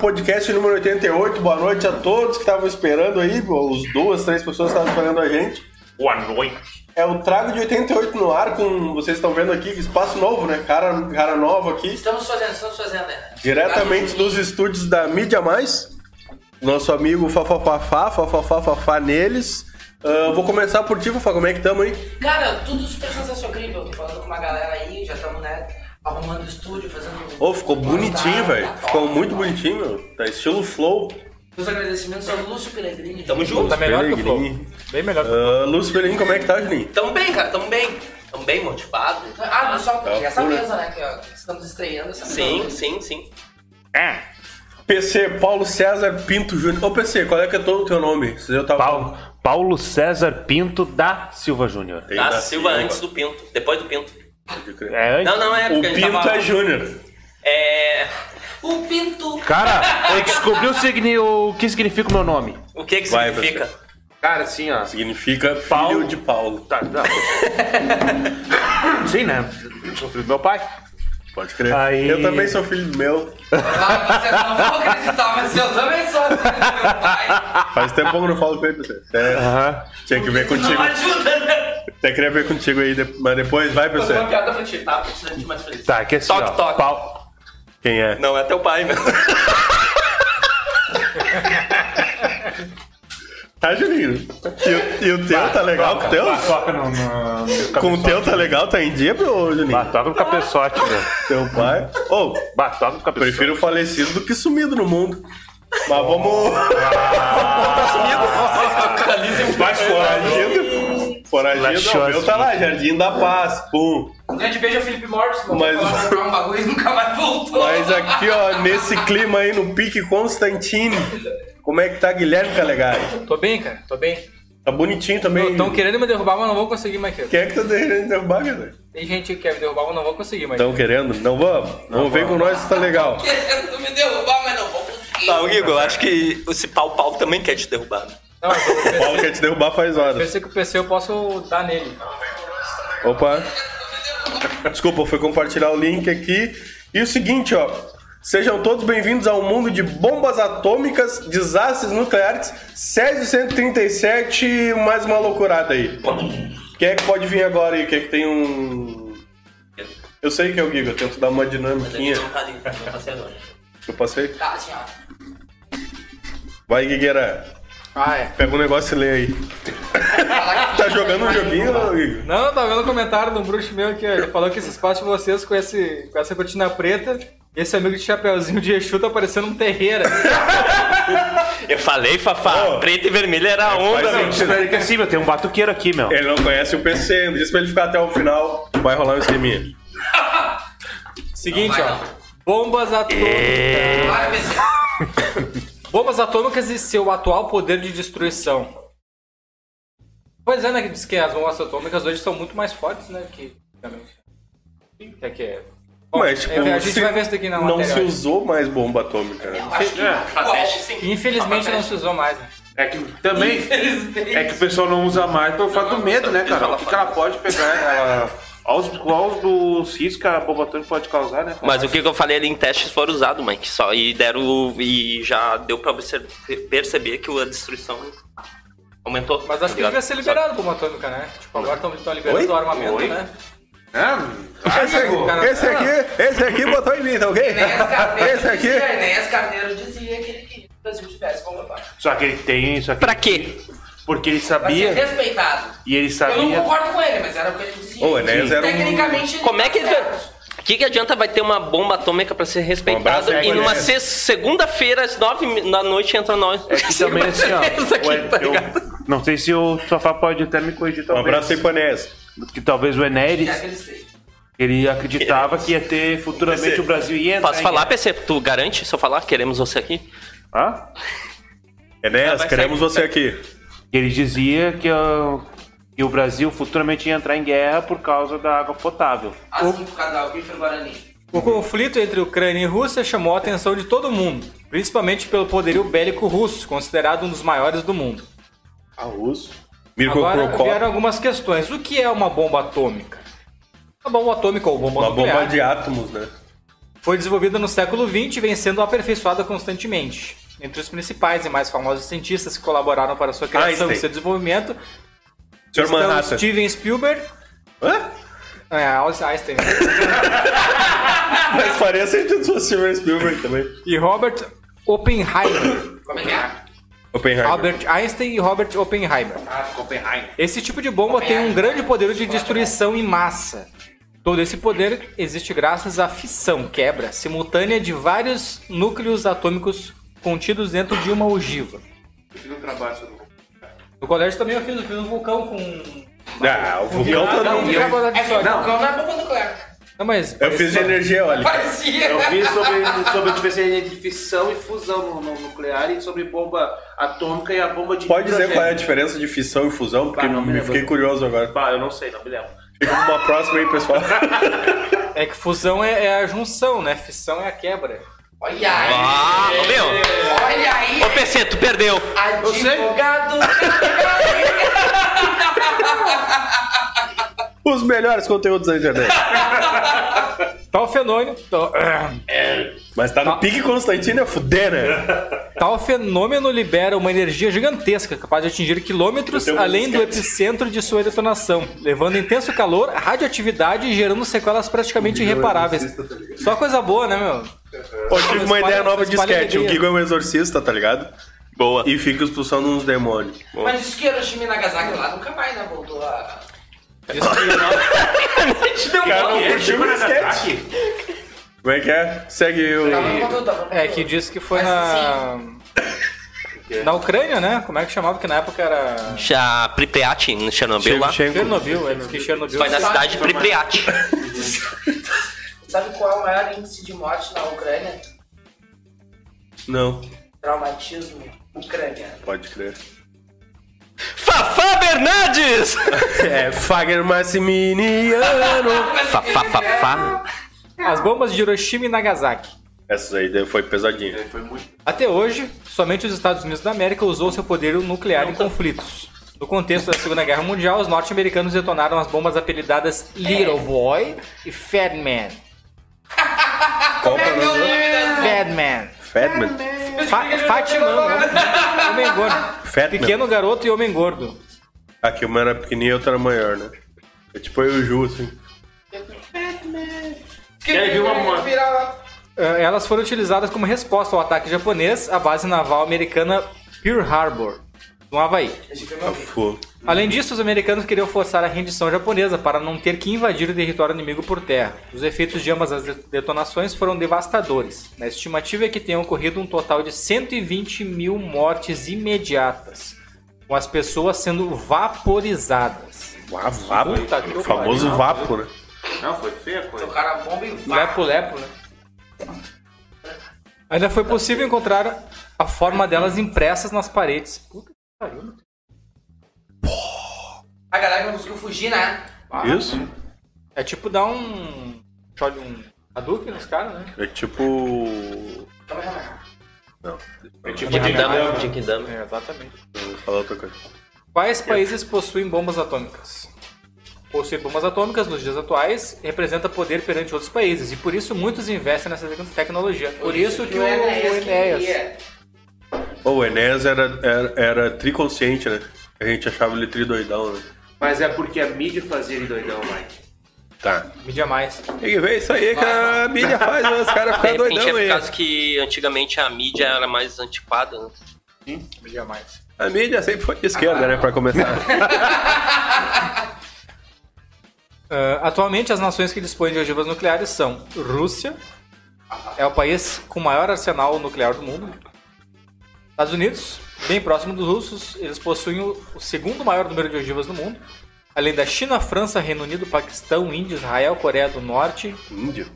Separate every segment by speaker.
Speaker 1: podcast número 88. Boa noite a todos que estavam esperando aí, os duas, três pessoas que estavam esperando a gente.
Speaker 2: Boa noite.
Speaker 1: É o Trago de 88 no ar, com vocês estão vendo aqui, espaço novo, né? Cara, cara nova aqui.
Speaker 3: Estamos Então fazendo, estamos fazendo, né?
Speaker 1: Diretamente
Speaker 3: Trago de-
Speaker 1: dos estúdios da Mídia Mais. Nosso amigo Fafafafá, Fafafafá neles. Ah, vou começar por ti, Fafá, como é que tamo aí?
Speaker 3: Cara, tudo super sensacional, incrível. Tô falando com uma galera aí, já estamos, né? Arrumando o estúdio, fazendo.
Speaker 1: Ô, ficou bonitinho,
Speaker 3: Tá,
Speaker 1: velho.
Speaker 3: tá top,
Speaker 1: Ficou muito
Speaker 3: tá.
Speaker 1: bonitinho, meu. Tá estilo flow.
Speaker 3: Meus agradecimentos ao Lúcio Pelegrini.
Speaker 2: Tamo junto.
Speaker 4: Tá melhor que o Flow.
Speaker 1: Pelegrini.
Speaker 4: Bem melhor que o
Speaker 1: Ah, Lúcio Pelim, como é que tá, Juninho?
Speaker 5: Tamo bem, cara, tamo bem. Tamo bem motivado.
Speaker 3: Ah, não, só
Speaker 1: Tá
Speaker 3: essa
Speaker 1: pura.
Speaker 3: mesa, né? Que ó, que estamos estreando essa
Speaker 5: Sim,
Speaker 3: mesa.
Speaker 5: sim, sim.
Speaker 4: É.
Speaker 1: PC, Paulo César Pinto Júnior. Ô PC, qual é que é todo o teu nome? Se eu tava
Speaker 4: Paulo, Paulo César Pinto da Silva Júnior.
Speaker 1: Tem
Speaker 5: Da Tá, Silva antes do Pinto, depois do Pinto.
Speaker 1: pode crer.
Speaker 4: É,
Speaker 5: Não, não é,
Speaker 1: O
Speaker 5: porque a gente
Speaker 1: Pinto
Speaker 5: tava...
Speaker 1: é Júnior.
Speaker 5: É...
Speaker 3: O Pinto.
Speaker 4: Cara, eu descobri o, signi- o que significa o meu nome.
Speaker 5: O que que
Speaker 1: Vai,
Speaker 5: significa?
Speaker 4: Cara, assim, ó.
Speaker 1: Significa filho
Speaker 4: Paulo.
Speaker 1: de Paulo.
Speaker 4: Tá, tá. Sim, né? Sou filho do meu pai.
Speaker 1: Pode crer.
Speaker 4: Aí-
Speaker 1: Eu também sou filho do meu.
Speaker 3: Ah, mas eu não vou acreditar, mas eu também sou assim, meu pai.
Speaker 1: Faz tempo que eu não falo com ele, PC. É,
Speaker 4: Aham.
Speaker 1: tinha que ver contigo.
Speaker 3: Não ajuda, né?
Speaker 1: Até queria ver contigo aí, de- mas depois vai,
Speaker 3: Fazer uma
Speaker 1: PC.
Speaker 3: piada pra ti, tá? Precisando de mais feliz.
Speaker 4: Tá, que assim,
Speaker 5: Toque,
Speaker 4: ó.
Speaker 5: toque.
Speaker 4: Pau-
Speaker 1: Quem é?
Speaker 5: Não, é teu pai mesmo.
Speaker 1: Tá, Juninho? E, o- e o teu tá legal com o teu?
Speaker 4: Bah, Toca no, no, no
Speaker 1: Com o teu tá legal, tá em dia, bro, Juninho?
Speaker 4: Bah, toca no cabeçote, velho.
Speaker 1: Teu pai. Ô,
Speaker 4: Bah, toca no cabeçote.
Speaker 1: prefiro falecido do que sumido no mundo. Mas vamos. Mas foragido. Foragido, não, o meu tá lá, Jardim da Paz, pum.
Speaker 3: Grande beijo ao Felipe Morris, não
Speaker 1: Mas-
Speaker 3: mas... falar comprar um bagulho e nunca mais voltou.
Speaker 1: Mas aqui, ó, nesse clima aí, no pique Constantine, como é que tá Guilherme Calegari?
Speaker 6: Tô bem, cara, tô bem.
Speaker 1: Tá bonitinho também.
Speaker 6: Estão querendo me derrubar, mas não vou conseguir mais. cara.
Speaker 1: Quem é que tá querendo derrubar, galera?
Speaker 6: Tem gente que quer me derrubar, mas não vou conseguir mais.
Speaker 1: Estão querendo? Não vamos. Vamos ver com nós que tá legal.
Speaker 3: Querendo me derrubar, mas não vou conseguir.
Speaker 5: Tá, o Igor, eu acho que esse pau-pau também quer te derrubar. né?
Speaker 6: Não, mas eu
Speaker 1: O Paulo
Speaker 6: pensei,
Speaker 1: quer te derrubar faz horas.
Speaker 6: pensei que o PC eu posso dar nele.
Speaker 1: Opa. Desculpa, eu fui compartilhar o link aqui. E o seguinte, ó. Sejam todos bem-vindos ao mundo de bombas atômicas, desastres nucleares, Césio 137 e mais uma loucurada aí. Quem é que pode vir agora aí? Quem é que tem um... Eu sei que é o Giga, eu tento dar uma dinâmiquinha.
Speaker 5: Não tá ali, não tá sendo.
Speaker 1: Eu passei?
Speaker 3: Tá, assim, ó.
Speaker 1: Vai, Guigueira.
Speaker 6: Ah, é.
Speaker 1: Pega um negócio e lê aí. tá jogando um joguinho, não, Giga?
Speaker 6: Não, eu tava vendo o comentário de um bruxo meu aqui, ó. Ele falou que esse espaço de vocês com, esse, com essa cortina preta, esse amigo de chapeuzinho de Exu tá parecendo um terreira.
Speaker 5: Eu falei, Fafá,
Speaker 1: Ô.
Speaker 5: preto e vermelho
Speaker 4: É,
Speaker 5: era a onda,
Speaker 1: faz
Speaker 5: meu.
Speaker 1: sentido.
Speaker 4: Espera aí que assim, meu, tem um batuqueiro aqui, meu.
Speaker 1: Ele não conhece o PC, diz pra ele ficar até o final, vai rolar um esqueminha.
Speaker 6: Seguinte,
Speaker 3: Não vai,
Speaker 6: ó. Bombas atômicas.
Speaker 3: Vai, me-
Speaker 6: Bombas atômicas e seu atual poder de destruição. Pois é, né? Que diz que as bombas atômicas hoje são muito mais fortes, né? Que antigamente. É que é. Bom,
Speaker 1: Mas, tipo,
Speaker 6: é, a gente
Speaker 1: se-
Speaker 6: vai ver isso daqui na
Speaker 1: Não
Speaker 6: matéria.
Speaker 1: se usou mais bomba atômica. né?
Speaker 5: Pra teste, sim.
Speaker 6: Infelizmente não se usou mais, né?
Speaker 4: É que também. É que o pessoal não usa mais pelo fato do medo, né, cara? O que, que ela pode pegar? Ela... Olha os, olha os dos riscos que a bomba atômica pode causar, né? cara?
Speaker 5: Mas o que que eu falei ali em testes foram usados, Mike. Só, e deram. E já deu pra obser- perceber que a destruição aumentou.
Speaker 6: Mas acho que
Speaker 5: Tá
Speaker 6: devia
Speaker 5: ligado?
Speaker 6: ser liberado bomba atômica, né? Tipo, agora estão liberando
Speaker 1: Oi?
Speaker 6: o armamento,
Speaker 4: Oi?
Speaker 6: né?
Speaker 4: É,
Speaker 1: Esse aqui,
Speaker 6: tá
Speaker 1: esse aqui, esse aqui botou em mim, tá ok?
Speaker 3: Enéas Carneiro
Speaker 1: Esse aqui.
Speaker 3: dizia, Enéas Carneiro dizia que ele queria que o Brasil tivesse como Pra
Speaker 4: só que ele tem isso aqui.
Speaker 5: Pra quê?
Speaker 4: Porque ele
Speaker 3: ser
Speaker 4: sabia.
Speaker 3: respeitado.
Speaker 4: E ele
Speaker 3: Eu não
Speaker 4: sabia.
Speaker 3: concordo com ele, mas era o que ele dizia.
Speaker 1: Ô, Enéas era um-
Speaker 3: Tecnicamente, ele
Speaker 5: Como é que.
Speaker 3: tá certo.
Speaker 5: O que, que adianta vai ter uma bomba atômica pra ser respeitado
Speaker 1: abraço aí,
Speaker 5: e numa
Speaker 1: Guilherme.
Speaker 5: sexta- segunda-feira às nove da noite entra nós.
Speaker 4: É que também assim, ó.
Speaker 5: aqui,
Speaker 4: o En-
Speaker 5: tá
Speaker 4: eu-
Speaker 5: ligado?
Speaker 4: Não sei se o Sofá pode até me corrigir
Speaker 1: Um
Speaker 4: talvez.
Speaker 1: abraço aí, Panés.
Speaker 4: Que talvez o
Speaker 3: Já
Speaker 4: Enéris,
Speaker 3: que ele sei.
Speaker 4: ele acreditava que ia ter futuramente o Brasil ia entrar.
Speaker 5: Posso
Speaker 4: em-
Speaker 5: falar, PC? Tu garante? Se eu falar, queremos você aqui?
Speaker 4: Hã?
Speaker 6: Ah,
Speaker 1: Enéas,
Speaker 5: Vai sair.
Speaker 1: queremos você aqui.
Speaker 4: Ele dizia que, ó, que o Brasil futuramente ia entrar em guerra por causa da água potável.
Speaker 3: Assim por causa da Alpífero Guarani.
Speaker 6: O conflito entre Ucrânia e Rússia chamou a atenção de todo mundo, principalmente pelo poderio bélico russo, considerado um dos maiores do mundo.
Speaker 1: Mirko
Speaker 6: Agora vieram
Speaker 1: Krokop,
Speaker 6: algumas questões. O que é uma bomba atômica? Uma bomba atômica ou bomba
Speaker 1: uma
Speaker 6: nuclear
Speaker 1: bomba de átomos, né?
Speaker 6: Foi desenvolvida no século XX e vem sendo aperfeiçoada constantemente. Entre os principais e mais famosos cientistas que colaboraram para sua criação
Speaker 1: Einstein.
Speaker 6: e seu desenvolvimento
Speaker 1: Sr.
Speaker 6: estão
Speaker 1: Manhattan.
Speaker 6: Steven Spielberg...
Speaker 1: Hã?
Speaker 6: É, Einstein.
Speaker 1: Mas faria sentido se fosse Steven Spielberg também.
Speaker 6: e Robert Oppenheimer.
Speaker 3: Como é que é?
Speaker 1: Oppenheimer.
Speaker 6: Albert Einstein e Robert Oppenheimer.
Speaker 4: Ah, Copenhague.
Speaker 6: Esse tipo de bomba tem um grande poder de destruição em massa. Todo esse poder existe graças à fissão, quebra, simultânea de vários núcleos atômicos contidos dentro de uma ogiva.
Speaker 4: Eu fiz um trabalho sobre o
Speaker 6: No colégio também eu fiz, eu fiz um vulcão com...
Speaker 1: Ah, o vulcão todo
Speaker 6: Não,
Speaker 1: mundo.
Speaker 6: não, não,
Speaker 3: É vulcão
Speaker 6: não,
Speaker 3: não é bomba nuclear.
Speaker 6: mas...
Speaker 1: Eu fiz
Speaker 6: um.
Speaker 1: de energia eólica.
Speaker 3: Parecia.
Speaker 4: Eu vi sobre, sobre a diferença de fissão e fusão no, no nuclear e sobre bomba atômica e a bomba de.
Speaker 1: Pode dizer
Speaker 4: hidrogênio.
Speaker 1: qual é a diferença de fissão e fusão? Porque
Speaker 4: Ah, não me
Speaker 1: me
Speaker 4: lembro.
Speaker 1: fiquei curioso agora.
Speaker 4: Bah, eu não sei, não me lembro.
Speaker 1: Fica uma próxima aí, pessoal.
Speaker 6: É que fusão é, é a junção, né? Fissão é a quebra.
Speaker 3: Olha aí.
Speaker 5: Ah, ô, meu.
Speaker 3: Olha aí. tipo,
Speaker 5: Ô, PC, tu perdeu.
Speaker 3: Advogado.
Speaker 1: Os melhores conteúdos da internet.
Speaker 6: Tal Tá fenômeno... Tal,
Speaker 1: Mas tá no pique Constantino é fuder, né?
Speaker 6: tal fenômeno libera uma energia gigantesca, capaz de atingir quilômetros
Speaker 1: Eu tenho um
Speaker 6: além do
Speaker 1: disquete.
Speaker 6: epicentro de sua detonação, levando intenso calor, radioatividade e gerando sequelas praticamente irreparáveis.
Speaker 1: tá
Speaker 6: Só coisa boa, né,
Speaker 1: Eu
Speaker 6: meu?
Speaker 1: tive uma
Speaker 6: Espalha-
Speaker 1: ideia nova de
Speaker 6: espalha
Speaker 1: sketch. O
Speaker 6: alegria.
Speaker 1: Gigo é um exorcista, tá ligado?
Speaker 5: Boa.
Speaker 1: E fica expulsando uns demônios. Bom,
Speaker 3: Mas isso que Hiroshima e Nagasaki lá nunca mais, né? Voltou a...
Speaker 6: Diz que-
Speaker 1: cara não curtiu o sketch.
Speaker 4: Aqui.
Speaker 1: Como é que é? Segue o...
Speaker 3: Tava no conteúdo, tava no
Speaker 6: É,
Speaker 3: conteúdo.
Speaker 6: que diz que foi
Speaker 3: Mas,
Speaker 6: na. Na Ucrânia, né? Como é que chamava? Que na época era.
Speaker 5: Já Pripyat, em Chernobyl lá.
Speaker 1: Shevchenko.
Speaker 6: Chernobyl, é, diz que Chernobyl.
Speaker 5: Vai na cidade de Pripyat.
Speaker 3: Sabe qual é o maior índice de morte na Ucrânia?
Speaker 1: Não,
Speaker 3: Traumatismo ucraniano.
Speaker 1: pode crer.
Speaker 5: Fafá Bernardes!
Speaker 1: É Fager Massimiliano.
Speaker 5: Fafá, fafá.
Speaker 6: As bombas de Hiroshima e Nagasaki.
Speaker 1: Essas aí daí foi pesadinha.
Speaker 4: Foi muito.
Speaker 6: Até hoje, somente os Estados Unidos da América usou seu poder nuclear em conflitos. No contexto da Segunda Guerra Mundial, os norte-americanos detonaram as bombas apelidadas Little Boy e Fat Man.
Speaker 1: Qual que é o nome dela?
Speaker 3: Ah.
Speaker 6: Fat Man.
Speaker 1: Fatman.
Speaker 6: Fa Fatimão, né? Homem gordo.
Speaker 1: Fat Man.
Speaker 6: Pequeno garoto e homem gordo.
Speaker 1: Aqui uma era pequenininha e outra era maior, né? É tipo eu e o Ju, assim.
Speaker 4: Quer ver uma moto?
Speaker 6: Eh, Elas foram utilizadas como resposta ao ataque japonês à base naval americana Pearl Harbor, no Havaí.
Speaker 1: Afu.
Speaker 6: Além disso, os americanos queriam forçar a rendição japonesa para não ter que invadir o território inimigo por terra. Os efeitos de ambas as de- detonações foram devastadores. Na estimativa é que tenha ocorrido um total de 120 mil mortes imediatas, com as pessoas sendo vaporizadas.
Speaker 1: Vapo.
Speaker 6: Puta que
Speaker 1: O famoso
Speaker 6: pariu.
Speaker 1: vapo, né?
Speaker 4: Não, foi feia a coisa.
Speaker 3: Tocaram a bomba e vá.
Speaker 6: Lepo, lepo, né? Ainda foi possível encontrar a forma delas impressas nas paredes. Puta que pariu.
Speaker 3: A galera não conseguiu fugir, né?
Speaker 1: Isso?
Speaker 6: É tipo dar um. Olha um Hadouken nos caras, né?
Speaker 1: É tipo.
Speaker 3: Calma aí, calma aí.
Speaker 1: Não,
Speaker 4: Foi tipo de
Speaker 5: Jinkidama, Jinkidama.
Speaker 6: É, exatamente.
Speaker 1: eu vou falar outra coisa.
Speaker 6: Quais países possuem bombas atômicas? Possuir bombas atômicas nos dias atuais representa poder perante outros países e por isso muitos investem nessa tec- tecnologia. Por
Speaker 3: é.
Speaker 6: isso que o
Speaker 3: Enéas
Speaker 6: Enéas.
Speaker 3: queria.
Speaker 1: Ô, o Enéas era, era, era triconsciente, né? A gente achava ele tridoidão, né?
Speaker 4: Mas é porque a mídia fazia ele doidão, Mike.
Speaker 1: Tá.
Speaker 6: Mídia mais.
Speaker 1: Tem que ver isso aí que a mídia faz né? os caras
Speaker 5: De
Speaker 1: ficarem Tá
Speaker 5: repente é
Speaker 1: doidão
Speaker 5: por
Speaker 1: aí.
Speaker 5: causa que antigamente a mídia era mais antiquada. né?
Speaker 6: Mídia mais.
Speaker 1: A mídia sempre foi de esquerda, né? Pra começar.
Speaker 6: Ah, atualmente, as nações que dispõem de ogivas nucleares são Rússia, é o país com o maior arsenal nuclear do mundo. Estados Unidos, bem próximo dos russos, eles possuem o, o segundo maior número de ogivas no mundo. Além da China, França, Reino Unido, Paquistão, Índia, Israel, Coreia do Norte.
Speaker 1: Índio.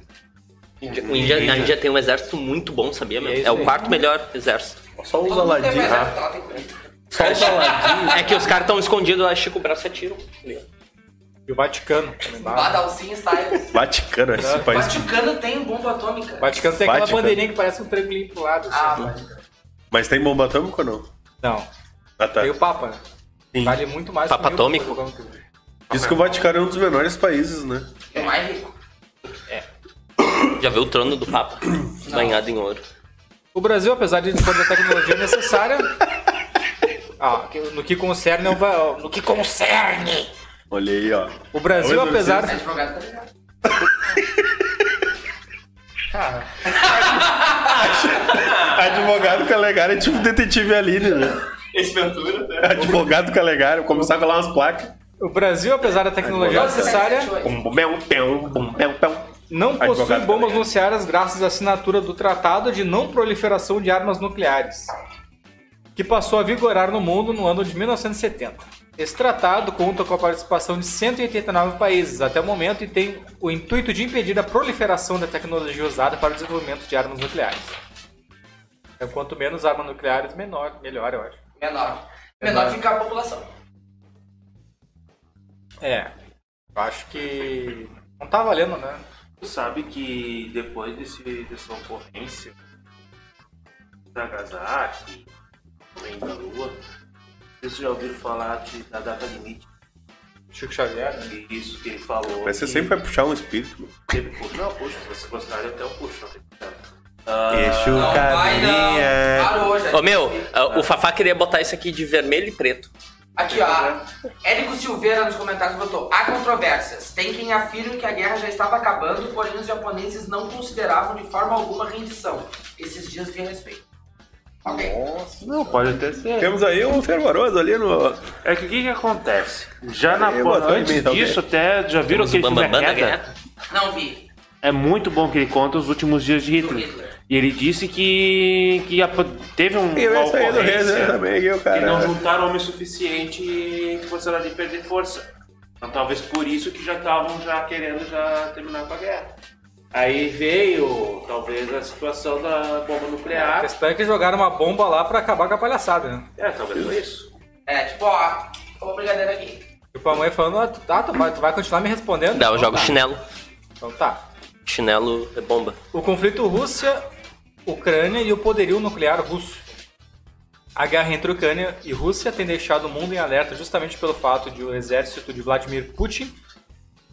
Speaker 5: O Índia,
Speaker 3: é
Speaker 5: a Índia tem um exército muito bom, sabia? Meu?
Speaker 6: É isso
Speaker 5: É o
Speaker 6: aí.
Speaker 5: quarto melhor exército.
Speaker 1: Só os
Speaker 3: Todo mundo tem
Speaker 1: aladinhos.
Speaker 3: mais
Speaker 6: Ah.
Speaker 3: alto, ela tem 40.
Speaker 1: Só os aladinhos.
Speaker 5: É que os caras estão escondidos, lá Chico Braço atira.
Speaker 6: E o Vaticano. também lá.
Speaker 3: Badalcinha style.
Speaker 1: Vaticano, esse país.
Speaker 3: Vaticano tem um bomba atômica.
Speaker 6: O Vaticano tem aquela
Speaker 1: Vaticano.
Speaker 6: bandeirinha que parece um triangulinho pro lado. assim.
Speaker 3: Ah, Vaticano.
Speaker 1: Mas tem bomba atômica ou não?
Speaker 6: Não.
Speaker 1: Ah, tá.
Speaker 6: Tem o Papa, né?
Speaker 1: Sim.
Speaker 6: Vale muito mais
Speaker 5: Papa
Speaker 6: que mil
Speaker 5: atômico?
Speaker 6: bombas atômicas.
Speaker 1: é Diz que o Vaticano é um dos menores países, né?
Speaker 3: É mais rico.
Speaker 5: Já viu o trono do Papa banhado em ouro.
Speaker 6: O Brasil, apesar de dispor da tecnologia necessária. Ah, que- no que concerne ao ba- no que concerne
Speaker 1: Olha aí, ó.
Speaker 6: o Brasil
Speaker 1: Oi,
Speaker 6: apesar
Speaker 1: Francisco.
Speaker 3: Advogado tá ligado.
Speaker 6: cara
Speaker 1: Advogado Calegari é tipo detetive Aline, né?
Speaker 5: Esse Ventura, né?
Speaker 1: Advogado Calegari, começar a colar umas placas.
Speaker 6: o Brasil apesar da tecnologia
Speaker 1: Advogado.
Speaker 6: necessária
Speaker 1: Bum, bum, bum, bum, bum, bum, bum.
Speaker 6: não
Speaker 1: Advogado
Speaker 6: possui
Speaker 1: tá
Speaker 6: bombas
Speaker 1: ligado.
Speaker 6: nucleares graças à assinatura do Tratado de Não Proliferação de Armas Nucleares, que passou a vigorar no mundo no ano de 1970. Esse tratado conta com a participação de 189 países até o momento e tem o intuito de impedir a proliferação da tecnologia usada para o desenvolvimento de armas nucleares. Então, quanto menos armas nucleares, menor, melhor, eu acho.
Speaker 3: Menor. Menor fica a população.
Speaker 6: É, eu acho que não tá valendo, né?
Speaker 4: Tu sabe que depois desse, dessa ocorrência da Nagasaki, também da Lua, vocês já ouviram falar de, da data limite?
Speaker 6: Chico Xavier, né?
Speaker 4: que Isso que ele falou.
Speaker 1: Mas você
Speaker 4: que
Speaker 1: sempre vai puxar um espírito, mano.
Speaker 4: Teve puxo. Não, puxo. Se vocês gostarem, até eu puxo. não tem problema.
Speaker 1: Deixa o
Speaker 3: Não vai não.
Speaker 1: caminha.
Speaker 3: Parou já.
Speaker 5: Ô meu, ah, o Fafá queria botar isso aqui de vermelho e preto.
Speaker 3: Aqui, ó. Érico Silveira nos comentários botou: há controvérsias. Tem quem afirma que a guerra já estava acabando, porém os japoneses não consideravam de forma alguma rendição. Esses dias vi a respeito. Ok.
Speaker 4: Não, pode até ser.
Speaker 1: Temos aí um fervoroso ali no.
Speaker 4: É que o que, que acontece? Já na
Speaker 1: Eu
Speaker 4: porra,
Speaker 1: adoro
Speaker 4: antes
Speaker 1: imitar alguém.
Speaker 4: disso, até já viram
Speaker 5: Temos
Speaker 4: aquele
Speaker 5: o
Speaker 4: filme A
Speaker 5: Bambambam da
Speaker 4: Queda?
Speaker 5: guerra.
Speaker 3: Não vi.
Speaker 4: É muito bom que ele conta os últimos dias de
Speaker 3: Do
Speaker 4: Hitler.
Speaker 3: Hitler.
Speaker 4: E ele disse que, que a- teve um
Speaker 1: E
Speaker 4: uma
Speaker 1: esse aí do
Speaker 4: ocorrência
Speaker 1: Reza né, também, aqui, o
Speaker 4: que não
Speaker 1: cara.
Speaker 4: juntaram homem suficiente e começaram ali a perder força. Então talvez por isso que já estavam já querendo já terminar com a guerra. Aí veio talvez a situação da bomba
Speaker 6: A
Speaker 4: nuclear.
Speaker 6: questão é que jogaram uma bomba lá pra acabar com a palhaçada, né?
Speaker 4: É, talvez foi isso.
Speaker 3: É, tipo, ó, uma brigadeira aqui.
Speaker 6: Tipo, a mãe falando, ah, tu, tá, tu, vai, tu vai continuar me respondendo?
Speaker 5: Dá, eu
Speaker 6: Então
Speaker 5: jogo
Speaker 6: tá.
Speaker 5: chinelo.
Speaker 6: Então tá.
Speaker 5: Chinelo é bomba.
Speaker 6: O conflito Rússia, Ucrânia e o poderio nuclear russo. A guerra entre Ucrânia e Rússia tem deixado o mundo em alerta justamente pelo fato de o exército de Vladimir Putin,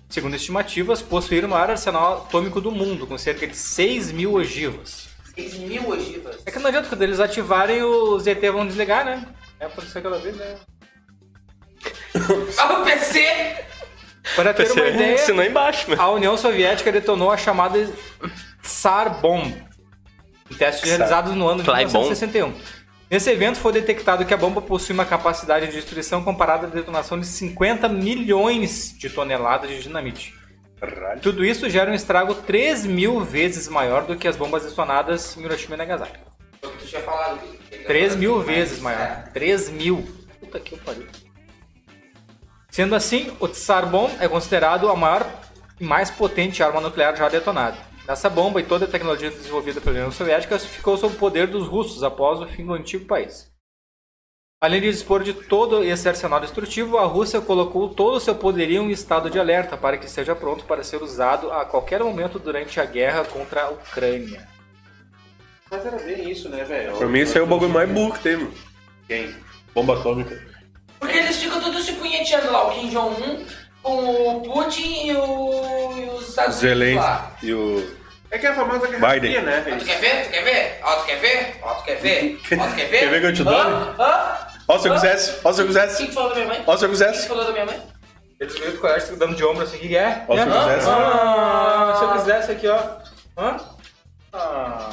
Speaker 6: segundo estimativas, possuir o maior arsenal atômico do mundo, com cerca de 6 mil ogivas.
Speaker 3: 6 mil ogivas.
Speaker 6: É que não adianta quando eles ativarem, os ET vão desligar, né? É por isso que ela vez, né?
Speaker 3: Ah, o PC!
Speaker 6: Para ter uma ideia...
Speaker 5: Assinou embaixo, mano.
Speaker 6: A União Soviética detonou a chamada Tsar Bomb, em testes realizados no ano de
Speaker 5: Tsar Bomb.
Speaker 6: 1961. Nesse evento foi detectado que a bomba possui uma capacidade de destruição comparada à detonação de 50 milhões de toneladas de dinamite.
Speaker 1: Caralho.
Speaker 6: Tudo isso gera um estrago 3 mil vezes maior do que as bombas detonadas em Hiroshima e Nagasaki.
Speaker 3: Foi o que tu tinha falado. Gui.
Speaker 6: 3 mil
Speaker 3: Mas,
Speaker 6: vezes
Speaker 3: é.
Speaker 6: maior. 3 mil. Puta que pariu. Sendo assim, o Tsar Bomb é considerado a maior e mais potente arma nuclear já detonada. Essa bomba e toda a tecnologia desenvolvida pela União Soviética ficou sob o poder dos russos após o fim do antigo país. Além de dispor de todo esse arsenal destrutivo, a Rússia colocou todo o seu poderio em estado de alerta para que seja pronto para ser usado a qualquer momento durante a guerra contra a Ucrânia.
Speaker 4: Mas era bem isso, né, velho?
Speaker 1: Pra mim, isso aí é o bagulho mais burro que tem, mano.
Speaker 4: Quem?
Speaker 1: Bomba atômica.
Speaker 3: Porque eles ficam todos se punheteando lá, o Kim Jong-un com o Putin e, o, e os Estados Unidos lá.
Speaker 1: Zelensky e o.
Speaker 4: É que é a famosa guerra
Speaker 1: Biden.
Speaker 4: fria, né,
Speaker 3: Ah, Tu
Speaker 4: velho?
Speaker 3: quer ver? Tu quer ver? Ó, tu quer ver? Ó, tu quer ver? Ó, tu quer ver?
Speaker 1: Quer ver que eu te dou?
Speaker 3: Hã? Hã?
Speaker 1: Ó, se eu quisesse. Ó, se eu
Speaker 3: O que
Speaker 1: quisesse.
Speaker 3: tu falou da minha mãe?
Speaker 1: Ó, se eu
Speaker 3: O que tu
Speaker 1: quisesse.
Speaker 3: falou da minha mãe?
Speaker 6: Eles veio do colégio dando de ombro assim, o que que é?
Speaker 1: Ó, se eu
Speaker 6: Hã?
Speaker 1: quisesse.
Speaker 6: Ah, se eu quisesse aqui, ó. Hã? Ah.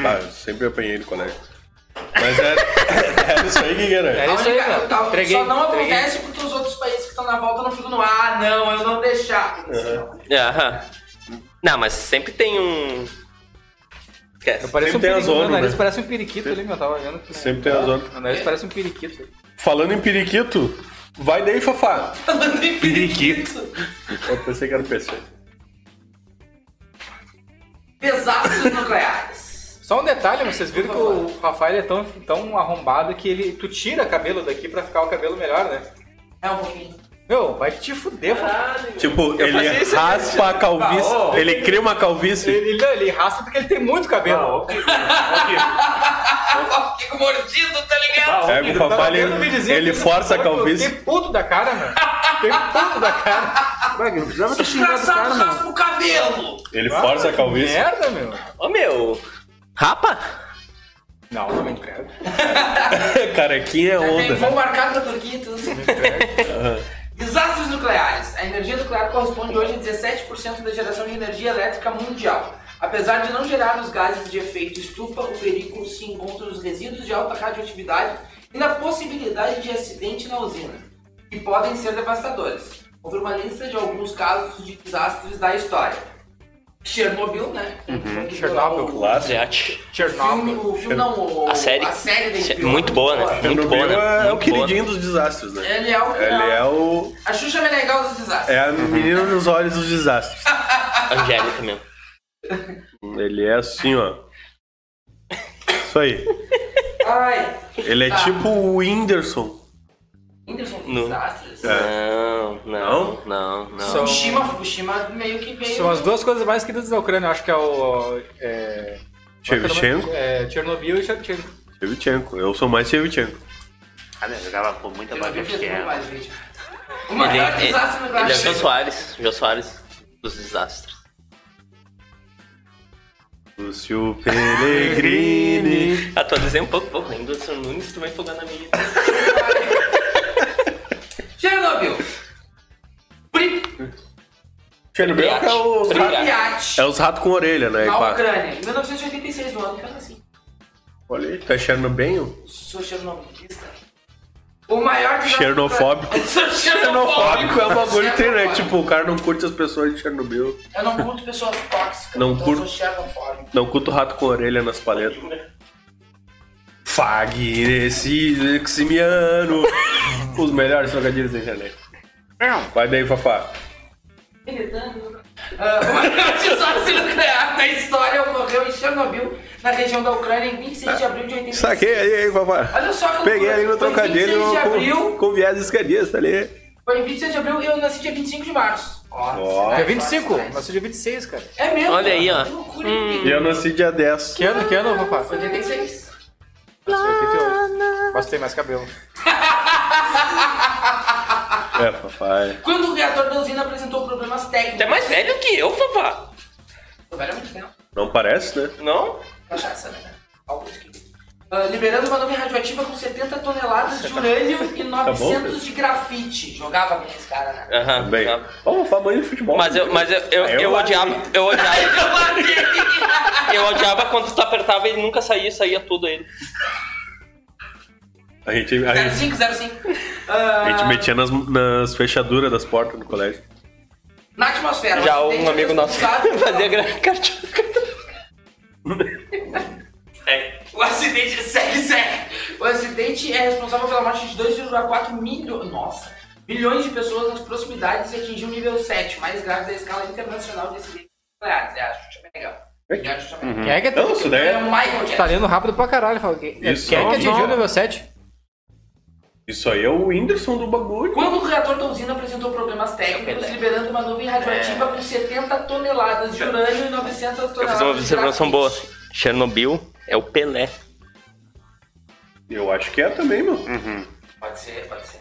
Speaker 1: Ah, eu sempre apanhei no colégio. Mas era, era isso aí, Guigueira.
Speaker 6: É isso aí,
Speaker 3: A única-
Speaker 6: mano.
Speaker 3: tá,
Speaker 6: Entreguei,
Speaker 3: Só não
Speaker 6: entreguei.
Speaker 3: acontece porque os outros países que estão na volta não ficam no ah, não, eu não deixar.
Speaker 5: É, Aham. Não, mas sempre tem um.
Speaker 6: Eu
Speaker 5: Esquece.
Speaker 6: pareço
Speaker 1: Sempre tem
Speaker 6: um periquito,
Speaker 1: as
Speaker 6: meu
Speaker 1: ONU,
Speaker 6: nariz
Speaker 1: né?
Speaker 6: parece um periquito ali, meu, eu tava vendo. que-
Speaker 1: Sempre tem as ONU.
Speaker 6: Meu nariz parece um periquito.
Speaker 1: Falando em periquito, vai daí, Fafá.
Speaker 3: Falando em periquito.
Speaker 1: Eu pensei que era PC.
Speaker 3: Desastres nucleares.
Speaker 6: Só um detalhe, mas vocês viram que o Rafael é tão, tão arrombado que ele, tu tira cabelo daqui pra ficar o cabelo melhor, né?
Speaker 3: É um pouquinho.
Speaker 6: Meu, vai te fuder, Fafá.
Speaker 1: Tipo, ele
Speaker 5: fazia isso,
Speaker 1: raspa a calvície,
Speaker 6: Ah, ó.
Speaker 1: ele cria uma calvície.
Speaker 6: Ele, ele, não, ele raspa porque ele tem muito cabelo.
Speaker 4: Ah, ok. ok.
Speaker 3: Fico mordido, tá ligado?
Speaker 4: Ah, ok.
Speaker 1: Pega o Fafá, ele, ele força a calvície.
Speaker 6: Tem puto da cara, mano. Tem puto da cara.
Speaker 2: Wagner, não precisava ter xingado o cara,
Speaker 3: Desgraçado,
Speaker 2: mano.
Speaker 3: raspa o cabelo!
Speaker 1: Ele força a calvície.
Speaker 6: Merda, meu.
Speaker 5: Ô meu, rapa?
Speaker 6: Não, não me entrego.
Speaker 1: Carequinha é
Speaker 3: Já tem
Speaker 1: onda.
Speaker 3: voo marcado pra Turquia e tudo. Desastres nucleares. A energia nuclear corresponde hoje a 17% da geração de energia elétrica mundial. Apesar de não gerar os gases de efeito estufa, o perigo se encontra nos resíduos de alta radioatividade e na possibilidade de acidente na usina, que podem ser devastadores. Houve uma lista de alguns casos de desastres da história. Chernobyl, né? Uhum.
Speaker 6: Chernobyl.
Speaker 1: Clássico.
Speaker 5: Zete.
Speaker 6: Chernobyl.
Speaker 3: o filme não, o-
Speaker 5: A série.
Speaker 3: A série da
Speaker 5: Sé-
Speaker 3: HBO,
Speaker 5: muito boa, né? Muito boa,
Speaker 1: Chernobyl
Speaker 5: né?
Speaker 1: é,
Speaker 5: Muito
Speaker 1: o
Speaker 5: boa,
Speaker 1: queridinho dos desastres, né?
Speaker 3: Ele é o que
Speaker 1: Ele é o.
Speaker 3: A Xuxa Menegal dos desastres.
Speaker 1: É a menina nos olhos dos desastres.
Speaker 5: Angélica mesmo.
Speaker 1: Ele é assim, ó. Isso aí.
Speaker 3: Ai,
Speaker 1: Ele é
Speaker 3: Tá.
Speaker 1: tipo o Whindersson.
Speaker 3: Whindersson dos
Speaker 5: Não.
Speaker 3: desastres.
Speaker 1: É.
Speaker 5: Não, não, não, não.
Speaker 6: São-
Speaker 3: Fukushima, Fukushima meio que veio.
Speaker 6: São as duas coisas mais queridas da Ucrânia, eu acho que é o. É,
Speaker 1: Shevchenko.
Speaker 6: é, Chernobyl e Shevchenko.
Speaker 1: Shevchenko. Eu sou mais Shevchenko.
Speaker 4: Ah, meu, jogava por muita
Speaker 3: Eu não
Speaker 4: bagulho
Speaker 3: fiz
Speaker 4: que
Speaker 3: muito
Speaker 4: é.
Speaker 3: mais vídeo. O
Speaker 5: Ele, é-
Speaker 3: maior
Speaker 5: ele, ele
Speaker 3: desastre no
Speaker 5: é o Jô
Speaker 3: Brasil.
Speaker 5: Soares. Jô Soares dos desastres.
Speaker 1: Lúcio Pellegrini.
Speaker 5: Atualizei um pouco, pouco. Ainda Anderson Nunes, tu vai folgar na minha.
Speaker 3: Chernobyl. Pri-
Speaker 1: Chernobyl é, os ratos,
Speaker 3: Pripyat.
Speaker 1: é os ratos com orelha, né?
Speaker 3: Na
Speaker 1: Ipá?
Speaker 3: Ucrânia. Em 1986, no ano que eu nasci.
Speaker 1: Olha aí, tá Chernobyl?
Speaker 3: Sou chernobylista. O maior desastre.
Speaker 1: Chernofóbico.
Speaker 3: Sou
Speaker 1: Xenofóbico é um bagulho que tem, né?
Speaker 3: Xenofóbico.
Speaker 1: Tipo, o cara não curte as pessoas de Chernobyl.
Speaker 3: Eu não curto pessoas tóxicas.
Speaker 1: Não
Speaker 3: então
Speaker 1: curto.
Speaker 3: Eu sou chernofóbico.
Speaker 1: Não curta o rato com orelha nas paletas. Fagner esse Leximiano. Os melhores trocadilhos da internet. Vai daí, Fafá.
Speaker 3: Militando. Ah, o maior desastre nuclear da história ocorreu em Chernobyl, na região da Ucrânia, em 26 de abril de 86.
Speaker 1: Saquei aí, aí, Fafá.
Speaker 3: Olha só que
Speaker 1: Peguei
Speaker 3: loucura.
Speaker 1: ali no
Speaker 3: Foi em
Speaker 1: trocadilho
Speaker 3: 26 de
Speaker 1: com,
Speaker 3: abril.
Speaker 1: com viés escadista ali.
Speaker 3: Foi em 26 de abril e eu nasci dia 25 de março. Ó,
Speaker 1: Ó.
Speaker 6: Dia
Speaker 3: é
Speaker 6: 25, nasceu dia 26, cara.
Speaker 3: É mesmo?
Speaker 5: Olha aí, ó. Hum.
Speaker 3: Que loucura,
Speaker 1: E
Speaker 3: hein?
Speaker 1: eu nasci dia 10.
Speaker 6: Que ano, que ano, papai?
Speaker 3: Foi 86.
Speaker 6: Nasceu em 88. Mas tem mais cabelo.
Speaker 1: É, Fafá. é.
Speaker 3: Quando o reator da usina apresentou problemas
Speaker 5: Tu é
Speaker 3: técnicos.
Speaker 5: mais velho que eu, papá.
Speaker 3: Tô velho há muito tempo.
Speaker 1: Não parece, né?
Speaker 5: Não?
Speaker 3: Cachaça, né? Algo de que- Ah, liberando uma nuvem radioativa com 70 toneladas de urânio
Speaker 5: Tá
Speaker 3: e 900 de grafite. Jogava bem esse cara, né?
Speaker 5: Aham.
Speaker 1: Também.
Speaker 5: tá.
Speaker 1: Vamos falar de futebol.
Speaker 5: Mas eu, mas eu, eu,
Speaker 1: Ah, eu
Speaker 5: eu
Speaker 1: larguei.
Speaker 5: odiava, eu odiava, eu odiava quando tu apertava ele nunca saía, saía tudo ele.
Speaker 1: A gente, a gente,
Speaker 3: 05, 05.
Speaker 1: a gente
Speaker 3: Ah,
Speaker 1: metia nas, nas fechaduras das portas no colégio.
Speaker 3: na atmosfera.
Speaker 5: Já
Speaker 3: acidente é
Speaker 5: um amigo nosso
Speaker 3: responsável-
Speaker 5: fazia grande cardíaca.
Speaker 3: O acidente segue, segue. O acidente é responsável pela morte de 2,4 milhões. Nossa! Milhões de pessoas nas proximidades e atingiu o nível 7, mais grave da escala internacional de acidentes nucleares. É, acho que é bem legal. É, acho que é bem
Speaker 5: Uhum.
Speaker 3: legal.
Speaker 6: Quem é que
Speaker 1: Não, isso daí
Speaker 3: É o
Speaker 1: é,
Speaker 3: Michael
Speaker 6: tá
Speaker 3: Jackson.
Speaker 6: lendo rápido pra caralho? Fala, que-
Speaker 1: Isso,
Speaker 6: quem é que
Speaker 1: não,
Speaker 6: atingiu
Speaker 1: não.
Speaker 6: o nível 7?
Speaker 1: isso aí é o Whindersson do bagulho.
Speaker 3: Quando o reator da usina apresentou problemas técnicos, liberando uma nuvem radioativa com 70 toneladas de urânio e 900 toneladas
Speaker 5: É. Eu fiz uma
Speaker 3: de
Speaker 5: observação boa.
Speaker 3: grafite.
Speaker 5: Chernobyl é o Pelé.
Speaker 1: Eu acho que é também, mano.
Speaker 3: Pode ser, pode ser.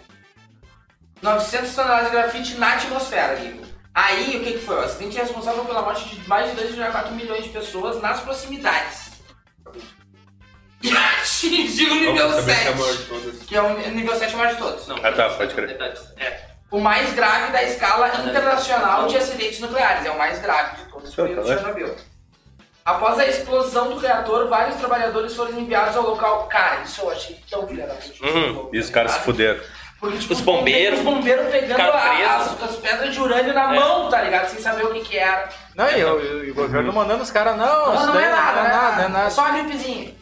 Speaker 3: 900 toneladas de grafite na atmosfera, Guigo. Aí, o que, que foi? O acidente é responsável pela morte de mais de 2,4 milhões de pessoas nas proximidades. E atingiu o nível
Speaker 1: é
Speaker 3: 7. Que é o nível 7 maior de todos. Não,
Speaker 1: Ah, tá, pode crer.
Speaker 3: é. O mais grave da escala internacional de acidentes nucleares. É o mais grave de todos. Foi o de Chernobyl. Após a explosão do reator, vários trabalhadores foram enviados ao local. Cara, isso eu achei tão filha da puta.
Speaker 5: Uhum.
Speaker 1: E os caras se fuderam.
Speaker 3: Porque, tipo,
Speaker 5: Os bombeiros.
Speaker 3: Os bombeiros pegando
Speaker 5: Ficaram
Speaker 3: a-
Speaker 5: presos. É.
Speaker 3: as, as pedras de urânio na mão, tá ligado? Sem saber o que que era.
Speaker 6: Não, e, eu, e o governo mandando os caras, não,
Speaker 3: Não,
Speaker 6: isso
Speaker 3: não
Speaker 6: daí
Speaker 3: é nada,
Speaker 6: não é nada, não é
Speaker 3: É
Speaker 6: nada.
Speaker 3: só a gripezinha.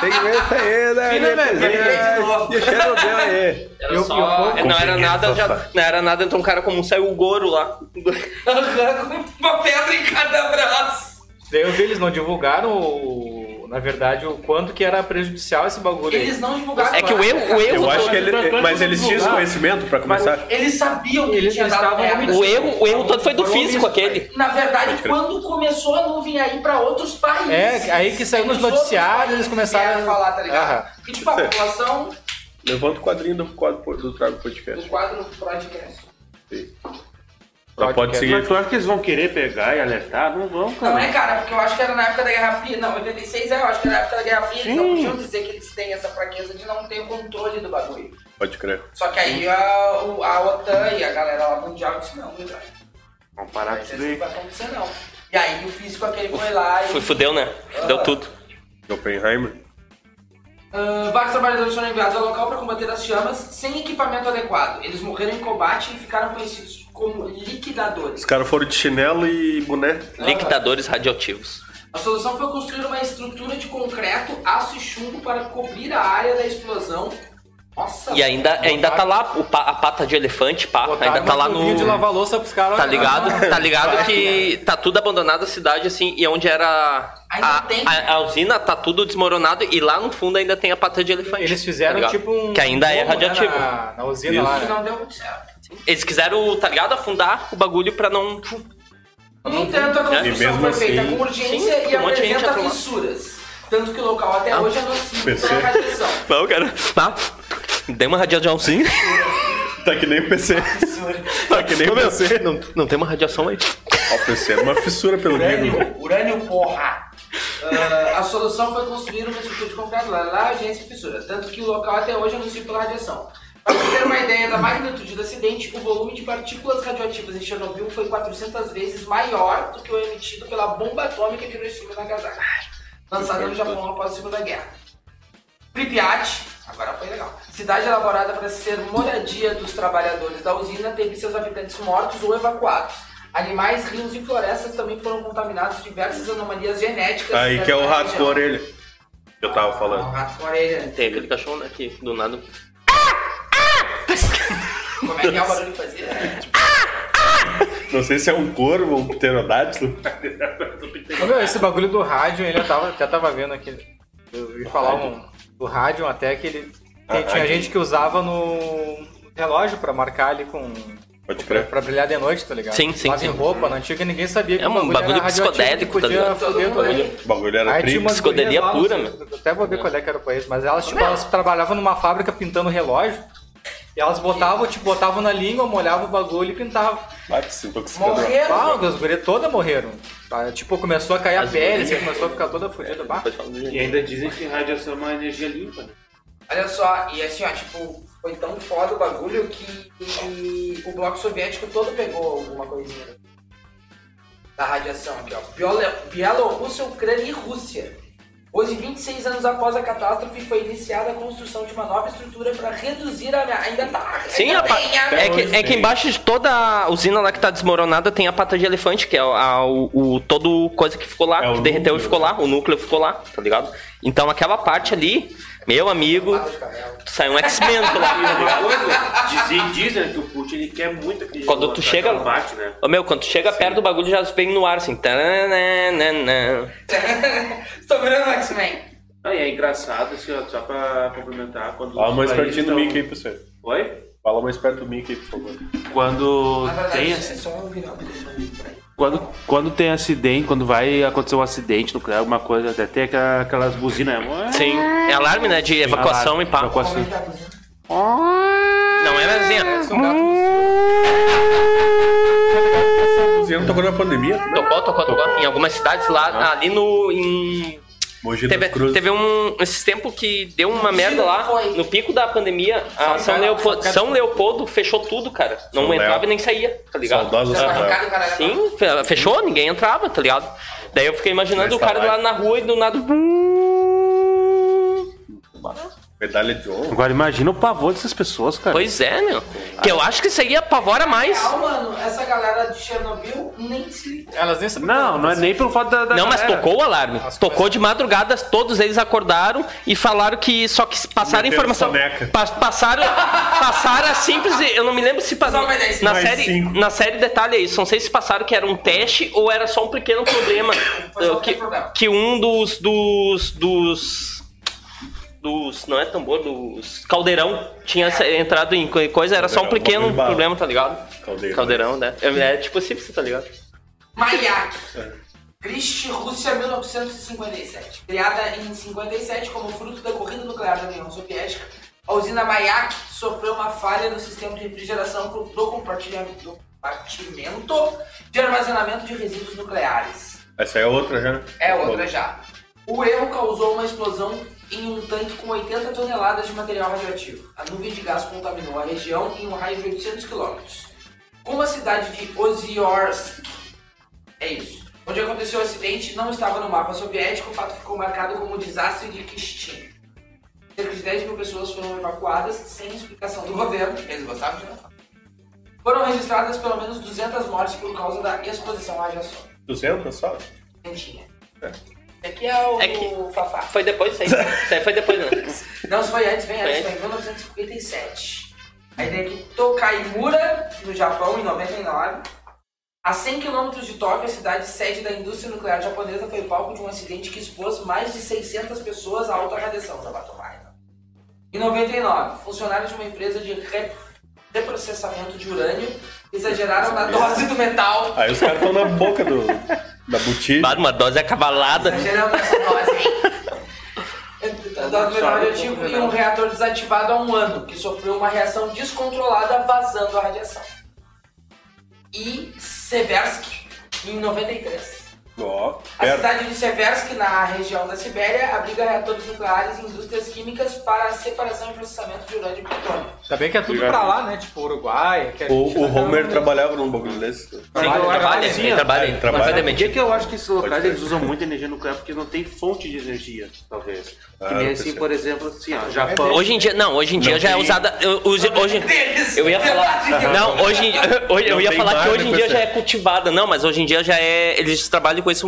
Speaker 1: Tem que ver isso aí, né?
Speaker 6: Filha da
Speaker 3: mãe, de novo.
Speaker 1: Deixa eu ver aí.
Speaker 5: Era
Speaker 6: Eu-
Speaker 5: só...
Speaker 3: é.
Speaker 6: eu-
Speaker 5: É, não era
Speaker 1: Compreendo,
Speaker 5: nada, já,
Speaker 1: Fafá.
Speaker 5: não era nada, então um cara como saiu o Goro lá.
Speaker 3: Aham, Com uma pedra em cada braço.
Speaker 6: Daí eu vi, eles não divulgaram, o- na verdade, o quanto que era prejudicial esse bagulho aí.
Speaker 3: Eles não divulgaram.
Speaker 5: É que o erro, o erro,
Speaker 1: Eu acho
Speaker 5: todo,
Speaker 1: que ele. Mas eles tinham esse conhecento pra começar.
Speaker 3: Eles sabiam que
Speaker 6: Eles
Speaker 3: tinha dado
Speaker 6: estavam
Speaker 3: merda.
Speaker 5: o erro, o erro todo foi do
Speaker 6: Foram
Speaker 5: físico
Speaker 6: omissos,
Speaker 5: aquele.
Speaker 3: Na verdade,
Speaker 1: Pode crer.
Speaker 3: quando começou a nuvem aí pra outros países.
Speaker 6: É, aí que saiu nos
Speaker 3: os outros
Speaker 6: noticiários,
Speaker 3: países
Speaker 6: eles começaram-
Speaker 3: vieram falar, tá ligado?
Speaker 6: Aham.
Speaker 3: E tipo, a população
Speaker 1: Levanta o quadrinho do quadro do Trago Podcast.
Speaker 3: do quadro Projecast.
Speaker 1: Tá, pode seguir.
Speaker 4: Mas tu acha que eles vão querer pegar e alertar? Não vão, cara.
Speaker 3: Não é, cara, porque eu acho que era na época da Guerra Fria. Não, 86 é, eu acho que era na época da Guerra Fria. Eles não
Speaker 4: Sim.
Speaker 3: podiam dizer que eles têm essa fraqueza de não ter o controle do bagulho.
Speaker 1: Pode crer.
Speaker 3: Só que aí a, o- a OTAN e a galera lá mundial disse: não, cara,
Speaker 4: Vão parar
Speaker 3: isso
Speaker 4: tudo
Speaker 3: não
Speaker 4: aí.
Speaker 3: vai acontecer não. E aí o físico aquele foi lá e.
Speaker 5: Fui, fudeu, né? Deu tudo.
Speaker 1: De Oppenheimer.
Speaker 3: Ah, vários trabalhadores foram enviados ao local para combater as chamas sem equipamento adequado. Eles morreram em combate e ficaram conhecidos como liquidadores.
Speaker 1: Os caras foram de chinelo e boné.
Speaker 5: Liquidadores radioativos.
Speaker 3: A solução foi construir uma estrutura de concreto, aço e chumbo para cobrir a área da explosão. Nossa,
Speaker 5: E ainda, ainda tá lá o pa- a pata de elefante, pá. Ainda tá lá no.
Speaker 6: um de lavar louça pros caras.
Speaker 5: Tá
Speaker 6: olha,
Speaker 5: ligado? Tá ligado
Speaker 3: Vai,
Speaker 5: que tá tudo abandonado a cidade, assim, e onde era.
Speaker 3: Ainda
Speaker 5: A,
Speaker 3: tem.
Speaker 5: a, a usina tá tudo desmoronado e lá no fundo ainda tem a pata de elefante.
Speaker 6: Eles
Speaker 5: tá
Speaker 6: fizeram
Speaker 5: ligado?
Speaker 6: tipo um.
Speaker 5: Que ainda é
Speaker 6: domo, né,
Speaker 5: radioativo.
Speaker 6: Na, na usina
Speaker 1: Isso.
Speaker 6: lá.
Speaker 3: que
Speaker 6: Né?
Speaker 3: não deu muito certo.
Speaker 5: Eles quiseram, tá ligado? Afundar o bagulho pra não.
Speaker 3: No entanto, a
Speaker 1: E
Speaker 3: construção
Speaker 1: mesmo
Speaker 3: foi feita
Speaker 1: assim-
Speaker 3: com urgência
Speaker 5: Sim,
Speaker 3: e
Speaker 5: um monte de gente
Speaker 3: apresenta
Speaker 5: aprovou.
Speaker 3: fissuras. Tanto que o local até
Speaker 5: Ah.
Speaker 3: hoje é nocivo
Speaker 1: PC.
Speaker 3: pela radiação.
Speaker 5: Não, cara. Tá. Dei uma radiaçãozinha.
Speaker 1: Tá que nem o PC. tá que nem o PC. Não.
Speaker 5: Não tem uma radiação aí.
Speaker 1: Ó, o PC era uma fissura pelo dedo.
Speaker 3: Urânio, urânio porra! Ah, a solução foi construir uma estrutura de concreto lá, lá agência e fissura, tanto que o local até hoje é nocivo pela radiação. Para ter uma ideia da magnitude do acidente, o volume de partículas radioativas em Chernobyl foi 400 vezes maior do que o emitido pela bomba atômica de Hiroshima e Nagasaki, lançada no Japão após a Segunda Guerra. Pripyat, agora foi legal, cidade elaborada para ser moradia dos trabalhadores da usina, teve seus habitantes mortos ou evacuados. Animais, rios e florestas também foram contaminados por diversas anomalias genéticas.
Speaker 1: Aí que é o
Speaker 3: daquela
Speaker 1: rato com a
Speaker 3: região.
Speaker 1: orelha. Que eu tava
Speaker 3: Ah, o
Speaker 1: falando.
Speaker 3: rato com orelha.
Speaker 5: Tem aquele cachorro, né? Que do nada.
Speaker 3: Como é que é o barulho que fazia?
Speaker 1: Não sei se é um corvo ou um pterodátilo.
Speaker 6: Ô, meu, esse bagulho do rádio, ele eu tava, até tava vendo aqui. Eu ouvi falar um, do rádio até que ele.
Speaker 1: Ah,
Speaker 6: tem- tinha
Speaker 1: rádio.
Speaker 6: gente que usava no relógio pra marcar ali com.
Speaker 1: Pode
Speaker 6: Pra,
Speaker 1: crer.
Speaker 6: pra brilhar de noite, tá ligado?
Speaker 5: Sim, sim,
Speaker 6: Lava em
Speaker 5: sim.
Speaker 6: roupa, na antiga ninguém sabia que
Speaker 5: É
Speaker 6: o
Speaker 5: um
Speaker 6: era
Speaker 5: bagulho
Speaker 6: radioativo,
Speaker 5: psicodélico, tá
Speaker 6: podia
Speaker 5: ligado?
Speaker 6: foder
Speaker 3: Todo
Speaker 6: todo
Speaker 3: mundo
Speaker 6: mundo.
Speaker 3: aí.
Speaker 1: O bagulho era
Speaker 6: Aí tinha
Speaker 1: trigo.
Speaker 6: umas
Speaker 5: Psicodelia
Speaker 6: gurias lá, não
Speaker 5: pura,
Speaker 6: sei- Até vou ver qual é que era o país, mas elas, tipo, elas trabalhavam numa fábrica pintando relógio. E elas botavam, tipo, botavam na língua, molhavam o bagulho e pintavam.
Speaker 1: Bate se intoxicador.
Speaker 3: Morreram.
Speaker 6: Ah, as gurias todas morreram. Tá, Tipo, começou a cair a
Speaker 5: As
Speaker 6: pele,
Speaker 5: gurias-
Speaker 6: assim, começou a ficar toda
Speaker 3: É
Speaker 6: fodida. Bah.
Speaker 5: Pode falar do jeito.
Speaker 4: E ainda dizem que radiação é uma energia limpa, né?
Speaker 3: Olha só, e assim, ó, tipo, foi tão foda o bagulho que, que o bloco soviético todo pegou alguma coisinha da radiação aqui, ó. Bielo- Bielorrússia, Ucrânia e Rússia. Hoje, 26 anos após a catástrofe, foi iniciada a construção de uma nova estrutura para reduzir a. Ainda tá.
Speaker 5: Sim,
Speaker 3: ainda
Speaker 5: a pa-
Speaker 3: tem a-
Speaker 5: é, que, é que embaixo de toda a usina lá que tá desmoronada tem a pata de elefante, que é a- o, o- todo coisa que ficou lá,
Speaker 1: É, o
Speaker 5: que derreteu
Speaker 1: núcleo.
Speaker 5: e ficou lá, o núcleo ficou lá, tá ligado? Então aquela parte ali, meu amigo,
Speaker 3: Pata de camelo.
Speaker 5: sai um X-Men de
Speaker 4: E
Speaker 5: lá.
Speaker 4: uma coisa, dizem, dizem né, que o Putin ele quer muito aquele
Speaker 5: Quando
Speaker 4: jogo
Speaker 5: tu
Speaker 4: lá,
Speaker 5: chega-
Speaker 4: aquela parte, né?
Speaker 5: Ô meu, quando tu chega perto do bagulho já vem no ar assim. tananana.
Speaker 3: Estou virando um X-Men.
Speaker 4: Ah, e é engraçado, assim, ó, só pra complementar. Quando
Speaker 1: Fala
Speaker 4: os
Speaker 1: mais
Speaker 4: países
Speaker 1: pertinho do
Speaker 3: então.
Speaker 4: tão-
Speaker 1: Mickey aí, pessoal.
Speaker 4: Oi?
Speaker 1: Fala mais perto do Mickey, por favor.
Speaker 4: Quando
Speaker 3: Na verdade,
Speaker 4: tem
Speaker 3: é
Speaker 4: assim,
Speaker 3: só um virar o telefone pra ele.
Speaker 4: Quando, quando tem acidente, quando vai acontecer um acidente nuclear, alguma coisa, até tem aquela- aquelas buzinas. né?
Speaker 5: Sim, é alarme, né? De evacuação e
Speaker 3: Como
Speaker 5: pá.
Speaker 3: é que
Speaker 4: Evacuação.
Speaker 3: é a cozinha?
Speaker 5: Não é
Speaker 6: Parece
Speaker 5: assim.
Speaker 6: um gato.
Speaker 1: Você não tocou na pandemia?
Speaker 5: Tocou, tocou, tocou. Em algumas cidades lá, ali no. Em
Speaker 1: Mogi
Speaker 5: Teve,
Speaker 1: das Cruzes.
Speaker 5: teve um. Esses tempos que deu uma
Speaker 3: Sim,
Speaker 5: merda lá,
Speaker 3: foi.
Speaker 5: no pico da pandemia, a
Speaker 6: Saudade-
Speaker 5: São, Leopoldo,
Speaker 6: saudade-
Speaker 5: São Leopoldo fechou tudo, cara. Não
Speaker 1: São
Speaker 5: entrava
Speaker 1: Leo.
Speaker 5: e nem saía, tá ligado?
Speaker 1: Saudosos
Speaker 3: Tá
Speaker 1: Rafael.
Speaker 3: marcado, caralho.
Speaker 5: Sim, fe- fechou, ninguém entrava, tá ligado? Daí eu fiquei imaginando
Speaker 1: Mas
Speaker 5: o cara lá
Speaker 1: saudade.
Speaker 5: na rua e do nada.
Speaker 1: Medalha de honra.
Speaker 4: Agora imagina o pavor dessas pessoas, cara.
Speaker 5: Pois é, meu. Que eu acho que isso aí apavora mais.
Speaker 3: Ah, mano, essa galera de Chernobyl nem se ligou.
Speaker 6: Elas nem sabiam.
Speaker 4: Não, não é nem pelo fato da. da
Speaker 5: Não, mas
Speaker 4: galera.
Speaker 5: tocou o alarme.
Speaker 6: As
Speaker 5: tocou de madrugada, todos eles acordaram e falaram que só que passaram
Speaker 1: Meteram
Speaker 5: informação.
Speaker 1: soneca.
Speaker 5: Pa- passaram, passaram a simples. Eu não me lembro se passaram.
Speaker 3: mais dez.
Speaker 5: Na
Speaker 1: Mais
Speaker 5: série,
Speaker 1: cinco.
Speaker 5: na série detalhe é isso. Não sei se passaram que era um teste ou era só um pequeno problema.
Speaker 3: Foi só um
Speaker 5: eh, que,
Speaker 3: problema.
Speaker 5: que um dos. dos. dos. dos- não é tambor, dos. Caldeirão tinha se- entrado em co- coisa, era só um
Speaker 1: Caldeirão,
Speaker 5: pequeno
Speaker 1: bagulho de bala.
Speaker 5: problema, tá ligado?
Speaker 1: Caldeirão.
Speaker 5: Caldeirão, né? É, é tipo simples, tá ligado?
Speaker 3: Mayak. Grist Rússia 1957. Criada em 57 como fruto da corrida nuclear da União Soviética, A usina Mayak sofreu uma falha no sistema de refrigeração pro- do compartilhamento, do compartimento de armazenamento de resíduos nucleares.
Speaker 1: Essa é outra já. né?
Speaker 3: É outra já. O erro causou uma explosão em um tanque com 80 toneladas de material radioativo. A nuvem de gás contaminou a região em um raio de 800 quilômetros. Como a cidade de Oziorsk, é isso, onde aconteceu o acidente, não estava no mapa soviético, o fato ficou marcado como o desastre de Kistin. Cerca de 10 mil pessoas foram evacuadas sem explicação do governo, eles gostavam de não falar. Foram registradas pelo menos 200 mortes por causa da exposição à radiação.
Speaker 1: 200 só?
Speaker 3: Dentinha. Aqui é o
Speaker 5: É que-
Speaker 3: Fafá.
Speaker 5: Foi depois isso aí. Isso aí foi depois, né?
Speaker 3: Não, isso foi antes, bem
Speaker 5: Foi
Speaker 3: antes, foi em 1957. Aí tem aqui Tokaimura, no Japão, em 99. A 100 km de Tóquio, a cidade sede da indústria nuclear japonesa foi palco de um acidente que expôs mais de 600 pessoas à alta radiação. Já bateu mais, né? Em 99, funcionários de uma empresa de re- reprocessamento de urânio exageraram na dose do metal.
Speaker 1: Aí os caras estão na boca do, da botija.
Speaker 5: Claro, uma dose acavalada.
Speaker 3: Exagerando essa dose,
Speaker 5: assim,
Speaker 3: hein? Dose menor radioativo e um reator desativado há um ano, que sofreu uma reação descontrolada vazando a radiação. E Seversk, em 93.
Speaker 1: Ó,
Speaker 3: A
Speaker 1: perto.
Speaker 3: cidade de Seversk, na região da Sibéria, abriga reatores nucleares e indústrias químicas para a separação e processamento de urânio e plutônio.
Speaker 6: Ainda bem que é tudo
Speaker 4: Obrigado.
Speaker 6: pra lá, né? Tipo, Uruguai. Que a gente
Speaker 1: O, o
Speaker 6: vai dar
Speaker 1: Homer
Speaker 6: um-
Speaker 1: trabalhava num bagulho desse.
Speaker 6: Trabalha,
Speaker 5: trabalha,
Speaker 6: trabalha.
Speaker 5: ele trabalha,
Speaker 1: Ele trabalha.
Speaker 4: Por
Speaker 5: completamente.
Speaker 4: é que, que eu acho que esses locais
Speaker 1: Pode
Speaker 4: eles usam muita energia nuclear? Porque não tem fonte de energia, talvez.
Speaker 1: Ah,
Speaker 4: que nem
Speaker 1: eu É
Speaker 4: assim,
Speaker 1: percebo.
Speaker 4: por exemplo, assim, ó, Japão.
Speaker 5: Hoje em dia, não, hoje em dia já é
Speaker 1: tem-
Speaker 5: usada. eu- hoje, hoje,
Speaker 3: Deles,
Speaker 5: eu ia falar.
Speaker 3: verdade, Deus.
Speaker 5: Não, hoje, em- hoje- eu
Speaker 1: Não
Speaker 5: ia
Speaker 1: tem
Speaker 5: falar que
Speaker 1: mais,
Speaker 5: hoje em
Speaker 1: né,
Speaker 5: dia já
Speaker 1: pessoal?
Speaker 5: é cultivada, não, mas hoje em dia já é. Eles trabalham com isso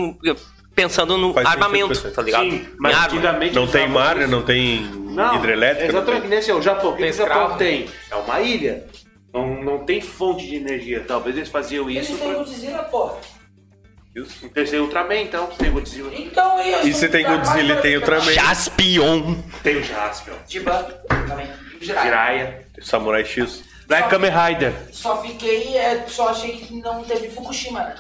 Speaker 5: pensando no
Speaker 1: Faz sentido,
Speaker 5: armamento,
Speaker 1: pessoal.
Speaker 5: tá ligado?
Speaker 4: Sim,
Speaker 5: Em
Speaker 4: mas
Speaker 5: arma.
Speaker 4: antigamente
Speaker 1: Não tem
Speaker 4: usavam
Speaker 1: mar, né?
Speaker 4: isso.
Speaker 1: não tem hidrelétrica. não tem- né?
Speaker 4: Exatamente, nesse é o Japão. O que
Speaker 6: Tem
Speaker 4: o Japão
Speaker 6: escravo.
Speaker 4: tem? É uma ilha. Não, não tem fonte de energia. Talvez eles faziam isso.
Speaker 3: Eles têm um
Speaker 4: Pra...
Speaker 3: Godzilla, porra.
Speaker 1: Isso.
Speaker 4: Então, Tem Ultraman, então. Você tem Godzilla.
Speaker 3: Então, e
Speaker 1: E se tem Godzilla e tem Ultraman?
Speaker 5: Jaspion.
Speaker 4: Tem o Jaspion.
Speaker 3: Diban também. Jiraiya.
Speaker 4: Jiraiya.
Speaker 1: Samurai X.
Speaker 4: Black Kamen Rider.
Speaker 3: Só fiquei, é, só achei que não teve Fukushima, né?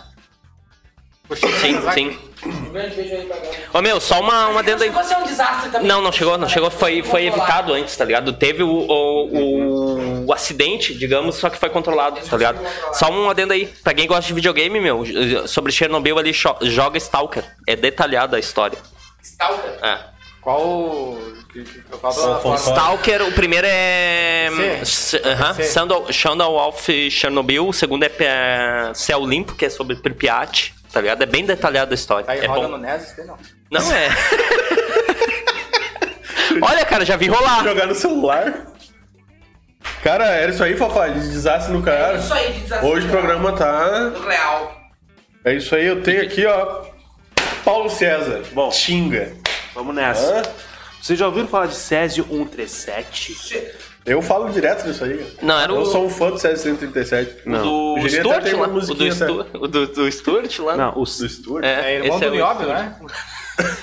Speaker 6: Puxa,
Speaker 5: Sim,
Speaker 6: Nagasaki.
Speaker 5: sim.
Speaker 3: Um grande beijo aí pra galera.
Speaker 5: Ô meu, só uma, Hum. uma dentro aí.
Speaker 3: Chegou a ser um desastre também.
Speaker 5: Não, não chegou, não chegou. Foi, foi
Speaker 3: Vamos lá.
Speaker 5: evitado antes, tá ligado? Teve o, o, o- o acidente, digamos, só que foi controlado, tá ligado? Só um adendo aí. Pra quem gosta de videogame, meu, sobre Chernobyl ali, cho- joga Stalker. É detalhada a história.
Speaker 3: Stalker.
Speaker 5: É.
Speaker 6: Qual. o- que- que- Qual
Speaker 1: São Afonso.
Speaker 6: qual-
Speaker 5: Stalker, o primeiro é.
Speaker 6: Sim.
Speaker 5: Aham.
Speaker 6: Sim.
Speaker 5: Sandal- Shandal of Chernobyl. O segundo é, é Céu Limpo, que é sobre Pripyat, tá ligado? É bem detalhada a história.
Speaker 6: Tá aí
Speaker 5: é
Speaker 6: roda
Speaker 5: bom.
Speaker 6: no Nesis, tem não.
Speaker 5: Não é. Olha, cara, já vi rolar.
Speaker 1: Jogar no celular. Cara, era isso aí, Fafá. de Desastre no cara.
Speaker 3: Isso aí, de desastre.
Speaker 1: Hoje o programa tá.
Speaker 3: Real.
Speaker 1: É isso aí, eu tenho aqui, ó. Paulo César.
Speaker 4: Bom.
Speaker 1: Xinga.
Speaker 4: Vamos nessa.
Speaker 1: Hã?
Speaker 4: Vocês já ouviram falar de Césio 137?
Speaker 1: Eu falo direto disso aí. cara.
Speaker 5: Não, era o-
Speaker 1: Eu sou um fã do César 137.
Speaker 5: Do
Speaker 1: O Juliano
Speaker 5: Stuart
Speaker 1: tem uma
Speaker 5: lá. O do,
Speaker 1: musiquinha, tá?
Speaker 5: Stu- o do, do Stuart lá.
Speaker 4: Não, o,
Speaker 1: Do Stuart.
Speaker 6: É irmão
Speaker 5: esse
Speaker 6: do
Speaker 5: o-
Speaker 6: Nióbio, né?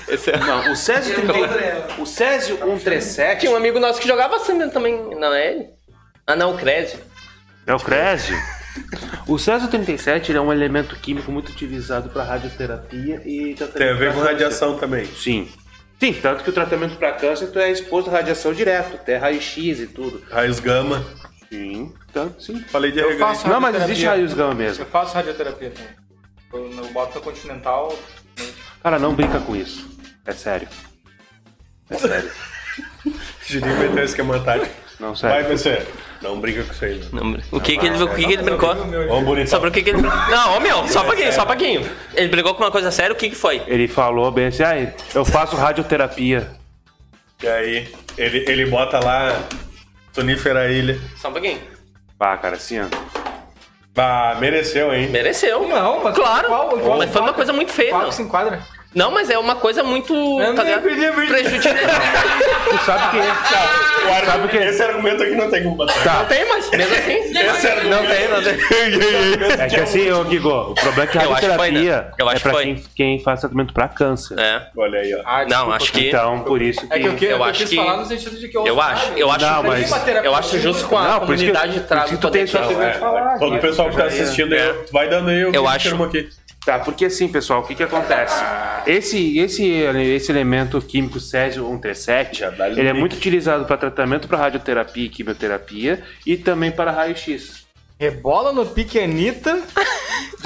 Speaker 5: Esse é...
Speaker 4: não, o Césio,
Speaker 3: Eu não
Speaker 4: 30 o Césio 137
Speaker 5: Tinha um amigo nosso que jogava assim também. Não é ele? Ah, não, o Crésio.
Speaker 4: É o Crésio. O Césio 37 ele é um elemento químico muito utilizado para radioterapia e tratamento
Speaker 1: Tem a ver
Speaker 4: pra
Speaker 1: com
Speaker 4: câncer.
Speaker 1: radiação também.
Speaker 4: Sim. Sim, tanto que o tratamento para câncer tu é exposto à radiação direto, até raio-x e tudo.
Speaker 1: Raios gama.
Speaker 4: Sim, tanto sim.
Speaker 1: Falei de arreganho.
Speaker 6: faço-
Speaker 4: Não, mas existe raios gama mesmo.
Speaker 6: Eu faço radioterapia também. Eu, eu boto no Continental.
Speaker 4: Cara, não brinca com isso. É sério. É sério.
Speaker 1: Juninho meteu um esquema tático.
Speaker 4: Não,
Speaker 1: Vai,
Speaker 4: sério.
Speaker 1: você. Não brinca com isso aí. Não.
Speaker 5: Não, o que, que
Speaker 6: Ah,
Speaker 5: ele, o que, que ele brincou?
Speaker 1: Vamos bonitão.
Speaker 5: Sobre o que, que ele. Não, ô meu, só um pouquinho,
Speaker 6: É.
Speaker 5: só um pouquinho. Ele brigou com uma coisa séria, o que, que foi?
Speaker 4: Ele falou bem assim, ah, eu faço radioterapia.
Speaker 1: E aí, ele, ele bota lá Sonífera Ilha.
Speaker 5: Só um pouquinho.
Speaker 4: Pá, cara, assim, ó.
Speaker 1: Ah, mereceu, hein?
Speaker 5: Mereceu.
Speaker 6: Não, mas
Speaker 5: Claro.
Speaker 6: qual- qual-
Speaker 5: mas foi uma coisa muito feia,
Speaker 6: Qual
Speaker 5: não.
Speaker 6: que se enquadra?
Speaker 5: Não, mas é uma coisa muito.
Speaker 6: Eu
Speaker 5: tá
Speaker 6: nem
Speaker 5: ligado?
Speaker 6: pedi, pedi.
Speaker 5: Prejudicial.
Speaker 4: Tu sabe quem é?
Speaker 1: O ar-
Speaker 4: Sabe o quê?
Speaker 1: Esse argumento aqui não tem como bater.
Speaker 5: Não tem, mas mesmo assim.
Speaker 1: Esse argumento...
Speaker 5: Não tem, não tem.
Speaker 4: É que assim, ô Guigo, o problema é que a
Speaker 5: Eu acho que foi, né?
Speaker 4: radioterapia
Speaker 5: Eu acho
Speaker 4: é
Speaker 5: que
Speaker 4: pra
Speaker 5: foi.
Speaker 4: quem, quem faz tratamento pra câncer.
Speaker 5: É.
Speaker 1: Olha aí, ó.
Speaker 6: Ah,
Speaker 5: Não,
Speaker 6: desculpa.
Speaker 5: acho que.
Speaker 4: Então, por isso que...
Speaker 6: É que eu, que,
Speaker 5: Eu
Speaker 6: eu,
Speaker 5: acho
Speaker 6: quis
Speaker 5: que-
Speaker 6: falar no sentido de que eu.
Speaker 5: Eu acho, eu acho,
Speaker 4: Não, mas-
Speaker 5: eu acho justo com a
Speaker 4: Não, por isso que-
Speaker 5: comunidade
Speaker 4: por isso
Speaker 5: trans
Speaker 4: que tu tem
Speaker 5: poder-
Speaker 4: essa-
Speaker 1: É,
Speaker 4: falar,
Speaker 1: todo o
Speaker 4: cara.
Speaker 1: pessoal que tá
Speaker 4: Já ia.
Speaker 1: assistindo aí,
Speaker 5: É.
Speaker 1: vai dando aí o que
Speaker 5: Eu
Speaker 1: que
Speaker 5: acho-
Speaker 1: termo aqui.
Speaker 4: Tá, porque assim, pessoal, o que que acontece? Esse, esse, esse elemento químico césio
Speaker 1: Já
Speaker 4: 137,
Speaker 1: dá
Speaker 4: ele é
Speaker 1: link.
Speaker 4: muito utilizado para tratamento para radioterapia e quimioterapia e também para raio-x.
Speaker 2: Rebola no pique Anitta.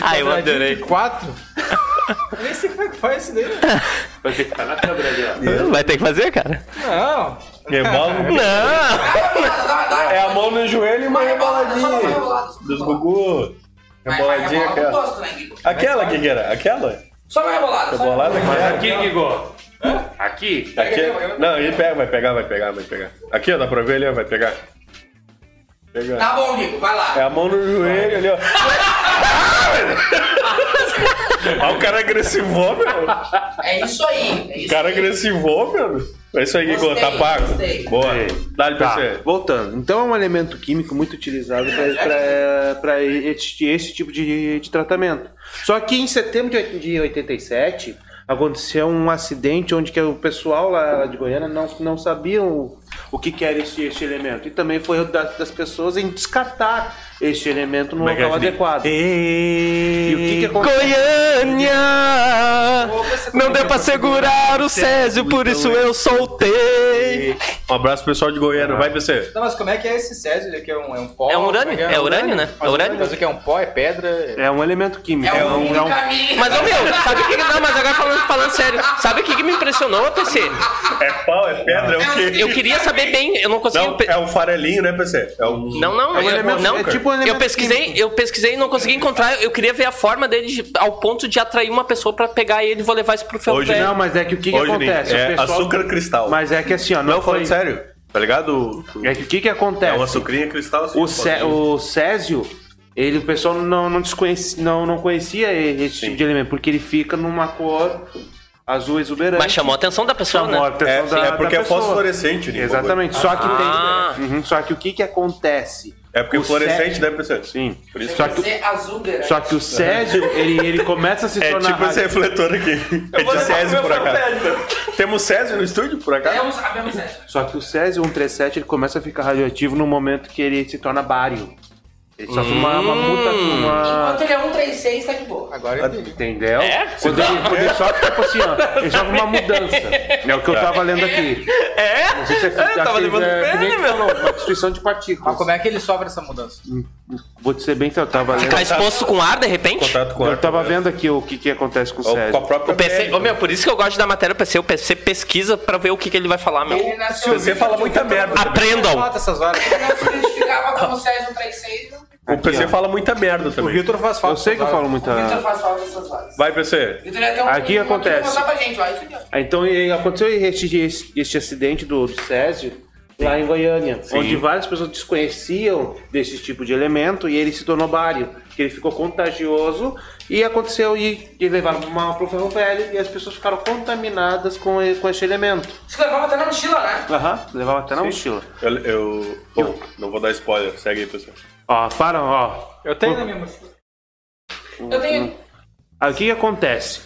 Speaker 5: Ah, eu
Speaker 2: quadradinho
Speaker 5: adorei.
Speaker 2: De quatro. Eu Nem sei como é que faz isso daí. né?
Speaker 4: Vai ter que ficar na câmera ali, ó.
Speaker 5: Vai ter que fazer, cara?
Speaker 2: Não.
Speaker 1: Rebola.
Speaker 5: Não!
Speaker 1: É a mão no joelho e uma
Speaker 3: Uma rebolada, só uma
Speaker 1: reboladinha.
Speaker 3: rebolada, só uma
Speaker 1: Dos
Speaker 3: rebolada.
Speaker 1: Gugu.
Speaker 3: Vai, vai,
Speaker 1: Reboladinha
Speaker 3: rebola no
Speaker 1: aquela.
Speaker 3: rosto, né, Guigo?
Speaker 1: Aquela que que era? Aquela?
Speaker 3: Só uma rebolada, só um uma
Speaker 1: Rebolada que era?
Speaker 4: Aqui, Guigo. Aqui?
Speaker 1: Aqui? Não, ele pega, vai pegar, vai pegar, vai pegar. Aqui, ó, dá pra ver ali, ó, vai pegar. Pegar.
Speaker 3: Tá bom, Guigo, vai lá.
Speaker 1: É a mão no joelho ali, ó. Olha o cara agressivou, meu. O
Speaker 3: É isso aí. É isso
Speaker 1: cara
Speaker 3: aí.
Speaker 1: agressivou, meu. É isso aí, Guigo, tá
Speaker 3: Gostei,
Speaker 1: pago.
Speaker 3: gostei.
Speaker 1: Boa. Dá-lhe pra
Speaker 4: Tá,
Speaker 1: você.
Speaker 4: voltando. Então é um elemento químico muito utilizado para esse, esse tipo de, de tratamento. Só que em setembro de oit- de 87 aconteceu um acidente onde que o pessoal lá lá de Goiânia não, não sabiam o, o que, que era esse, esse elemento. E também foi o da- das pessoas em descartar este elemento no
Speaker 1: Como é que é,
Speaker 4: local
Speaker 1: Felipe?
Speaker 4: adequado. E o que, que aconteceu?
Speaker 5: Goiânia! Não deu pra segurar o Césio, por isso eu soltei!
Speaker 1: Um abraço pro pessoal de Goiânia. Vai, PC.
Speaker 2: Não, mas como é que é esse Césio? Ele aqui é um, é um pó?
Speaker 5: É um urânio?
Speaker 2: Como
Speaker 5: É urânio, né? É urânio.
Speaker 2: Mas o que é um pó? É pedra? É...
Speaker 4: É um elemento químico.
Speaker 3: É o
Speaker 1: um,
Speaker 3: fim do caminho.
Speaker 5: Mas, ô meu, sabe o que. Não, mas agora falando, falando sério, sabe o que, que me impressionou, PC?
Speaker 1: É pau, é pedra, é o quê?
Speaker 5: Eu queria saber bem, eu não consegui.
Speaker 1: Não, é um farelinho, né, PC? É um...
Speaker 5: Não, não,
Speaker 4: É um
Speaker 5: eu,
Speaker 4: elemento-
Speaker 5: não.
Speaker 4: é tipo um
Speaker 5: eu
Speaker 4: elemento
Speaker 5: pesquisei, eu pesquisei e não consegui encontrar. Eu queria ver a forma dele de- ao ponto de atrair uma pessoa pra pegar ele e vou levar isso pro ferro
Speaker 1: Hoje
Speaker 5: velho.
Speaker 4: Não, mas é que o que, que
Speaker 1: Hoje,
Speaker 4: acontece?
Speaker 1: acontece, é
Speaker 4: O pessoal-
Speaker 1: açúcar cristal.
Speaker 4: Mas é que assim, ó, não,
Speaker 1: Não,
Speaker 4: foi...
Speaker 1: falando sério, tá ligado?
Speaker 4: É que o que, que
Speaker 1: É
Speaker 4: acontece?
Speaker 1: uma sucrinha cristal assim.
Speaker 4: O, Cé- o Césio, ele, o pessoal não, não, desconheci- não, não conhecia esse tipo de elemento, porque ele fica numa cor azul exuberante.
Speaker 5: Mas chamou a atenção da pessoa,
Speaker 4: né? Chamou a
Speaker 5: né?
Speaker 1: É,
Speaker 4: atenção da-
Speaker 1: é porque
Speaker 4: da
Speaker 1: é
Speaker 4: pessoa.
Speaker 1: fosforescente, né?
Speaker 4: Exatamente. Só que
Speaker 5: Ah.
Speaker 4: tem. Uhum, só que o que que acontece?
Speaker 1: É porque
Speaker 4: O
Speaker 1: fluorescente,
Speaker 4: Césio-
Speaker 1: né, pessoal?
Speaker 4: Sim.
Speaker 1: Por isso
Speaker 4: Só que,
Speaker 3: Você é azul, Guilherme.
Speaker 4: só que o Césio, ele, ele começa a se
Speaker 1: É
Speaker 4: tornar.
Speaker 1: tipo esse refletor aqui. É de Césio, por acaso. Temos Césio no estúdio, por
Speaker 5: É um
Speaker 1: acaso?
Speaker 3: Temos a mesma sensação.
Speaker 4: Só que o Césio 137 ele começa a ficar radioativo no momento que ele se torna bário. Ele sofre uma, uma muta. Uma...
Speaker 5: Hum.
Speaker 1: Ah.
Speaker 3: Enquanto ele é 136, tá de boa.
Speaker 2: Agora eu entendi.
Speaker 4: Entendeu?
Speaker 5: É?
Speaker 4: Quando ele, quando ele sofre, tipo assim, ó, ele sofre uma mudança. É o que eu tava lendo aqui.
Speaker 5: Tá. É?
Speaker 4: Não sei se é
Speaker 5: Eu tava
Speaker 4: aquele,
Speaker 5: levando
Speaker 4: é,
Speaker 5: pena,
Speaker 4: que nem que
Speaker 5: meu.
Speaker 4: falou, Uma destruição de partículas.
Speaker 2: Mas como é que ele sofre essa mudança?
Speaker 4: Vou te ser bem que eu tava lendo.
Speaker 5: Ficar exposto com ar de repente?
Speaker 1: Contato com
Speaker 4: Eu
Speaker 1: a
Speaker 4: tava vendo aqui o que, que acontece com o
Speaker 1: Ou com a
Speaker 4: Césio.
Speaker 1: própria
Speaker 5: É O PC,
Speaker 1: merda.
Speaker 5: ô meu, por isso que eu gosto da matéria PC, o PC pesquisa pra ver o que, que ele vai falar, meu.
Speaker 3: Ele é nasceu. um
Speaker 1: Você fala muita
Speaker 5: um
Speaker 1: merda.
Speaker 5: Aprendam!
Speaker 2: Falta essas horas.
Speaker 3: Ele não se identificava como César 136. não.
Speaker 1: O PC fala muita merda
Speaker 2: O
Speaker 1: também.
Speaker 2: Vitor faz falta.
Speaker 4: Eu sei que eu falo
Speaker 3: O Vitor
Speaker 4: muita.
Speaker 3: faz falta essas horas.
Speaker 1: Vai, PC.
Speaker 3: Vitor já tem um.
Speaker 4: Tá. Aqui
Speaker 3: um-
Speaker 4: acontece.
Speaker 3: Um, mostrar pra gente, ó. Isso aqui, ó.
Speaker 4: Ah, Então e- aconteceu este, este, este acidente do, do Césio lá em Goiânia, onde várias pessoas desconheciam desse tipo de elemento e ele se tornou bário, que ele ficou contagioso e aconteceu e, e levaram mal pro ferro velho e as pessoas ficaram contaminadas com, e- com este elemento.
Speaker 3: Isso levava até na mochila, né?
Speaker 4: Aham, levava até na
Speaker 1: Sim.
Speaker 4: mochila.
Speaker 1: Eu, eu- Bom, não vou dar spoiler. Segue aí, pessoal.
Speaker 4: Ó, para, ó.
Speaker 2: Eu tenho na minha mochila.
Speaker 3: Eu
Speaker 4: Uhum.
Speaker 3: tenho.
Speaker 4: Aí o que, que acontece?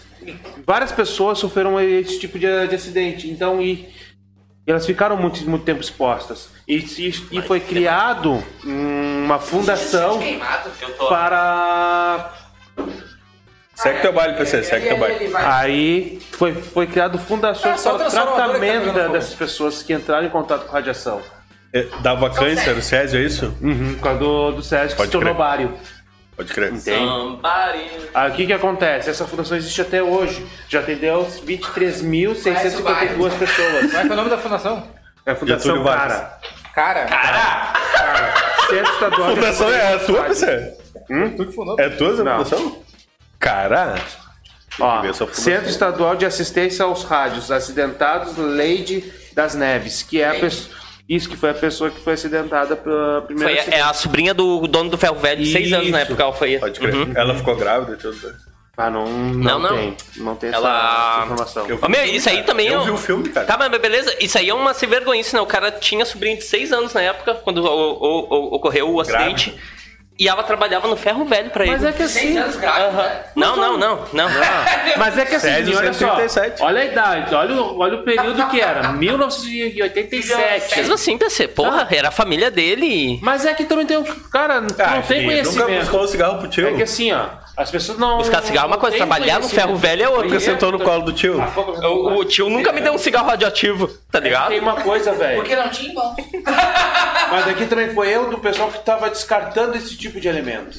Speaker 4: Várias pessoas sofreram esse tipo de, de acidente, então e elas ficaram muito, muito tempo expostas. E, e- e foi criado uma fundação
Speaker 3: Queimado.
Speaker 4: para.
Speaker 1: Segue teu baile, PC. Segue teu
Speaker 3: Ele
Speaker 1: baile. Ah.
Speaker 3: vai.
Speaker 4: Aí foi, foi criado fundações
Speaker 2: É, só
Speaker 4: para o
Speaker 2: transformador que tá
Speaker 4: tratamento
Speaker 2: pegando
Speaker 4: da-
Speaker 2: fogo.
Speaker 4: dessas pessoas que entraram em contato com radiação.
Speaker 1: É, Dava câncer, o Césio, é isso?
Speaker 4: Uhum, por causa do, do Sérgio que
Speaker 1: Pode
Speaker 4: se tornou
Speaker 1: crer.
Speaker 4: bário.
Speaker 1: Pode crer.
Speaker 4: Aí o que, que acontece? Essa fundação existe até hoje. Já atendeu 23.652 pessoas.
Speaker 2: Como é que é o nome da fundação?
Speaker 4: É a Fundação
Speaker 1: Getúlio Vargas.
Speaker 4: Cara.
Speaker 2: Cara,
Speaker 4: Centro Estadual.
Speaker 1: A fundação é a tua, PC?
Speaker 2: tu que fundou.
Speaker 1: É tua essa
Speaker 4: Não.
Speaker 1: fundação? Cara,
Speaker 4: Ó,
Speaker 1: que ver essa fundação.
Speaker 4: Centro Estadual de Assistência aos Rádios Acidentados Lady das Neves, que é a pessoa. Isso que foi a pessoa que foi acidentada pela primeira
Speaker 5: Foi,
Speaker 4: vez.
Speaker 5: é a sobrinha do dono do ferro velho de seis anos na
Speaker 4: Isso.
Speaker 5: época, ela foi.
Speaker 1: pode crer.
Speaker 5: Uhum.
Speaker 1: Ela ficou grávida e tudo.
Speaker 4: Ah, não,
Speaker 5: Não,
Speaker 4: não,
Speaker 5: não.
Speaker 4: tem. Não tem
Speaker 5: Ela-
Speaker 4: essa, essa informação.
Speaker 1: Eu vi
Speaker 5: Ô, meu,
Speaker 1: o filme,
Speaker 5: isso aí
Speaker 1: cara.
Speaker 5: também é
Speaker 1: Eu
Speaker 5: um-
Speaker 1: vi o filme, cara.
Speaker 5: Tá, mas beleza, isso aí é uma se vergonhice, né? O cara tinha sobrinho de 6 anos na época, quando o- o- o- ocorreu o
Speaker 1: Grávida.
Speaker 5: acidente. E ela trabalhava no ferro velho pra ele.
Speaker 4: Mas é que
Speaker 3: Seis
Speaker 4: assim.
Speaker 3: anos grávido, né?
Speaker 5: Não, não, não, não.
Speaker 4: Mas é que assim,
Speaker 1: Sérgio
Speaker 4: olha só.
Speaker 1: 137.
Speaker 4: Olha a idade, olha o, olha o período que era.
Speaker 5: Mesmo
Speaker 4: 1987.
Speaker 5: assim, PC, porra,
Speaker 4: Ah.
Speaker 5: era a família dele. e-
Speaker 4: Mas é que também tem um. Cara,
Speaker 1: Ah,
Speaker 4: não tem
Speaker 1: filho, Nunca
Speaker 4: conhecimento.
Speaker 1: buscou um cigarro pro tio.
Speaker 4: É que assim, ó.
Speaker 7: As pessoas não.
Speaker 5: Buscar cigarro é uma coisa,
Speaker 7: não têm
Speaker 5: trabalhar no ferro velho é
Speaker 1: Porque
Speaker 5: outra.
Speaker 1: sentou no colo do tio.
Speaker 4: Ah,
Speaker 7: A fogo-
Speaker 5: O, o tio nunca me deu um cigarro radioativo, tá ligado?
Speaker 4: É,
Speaker 7: Tem uma coisa, velho.
Speaker 3: Porque não tinha bom.
Speaker 4: Mas aqui também foi eu do pessoal que tava descartando esse tipo de elemento.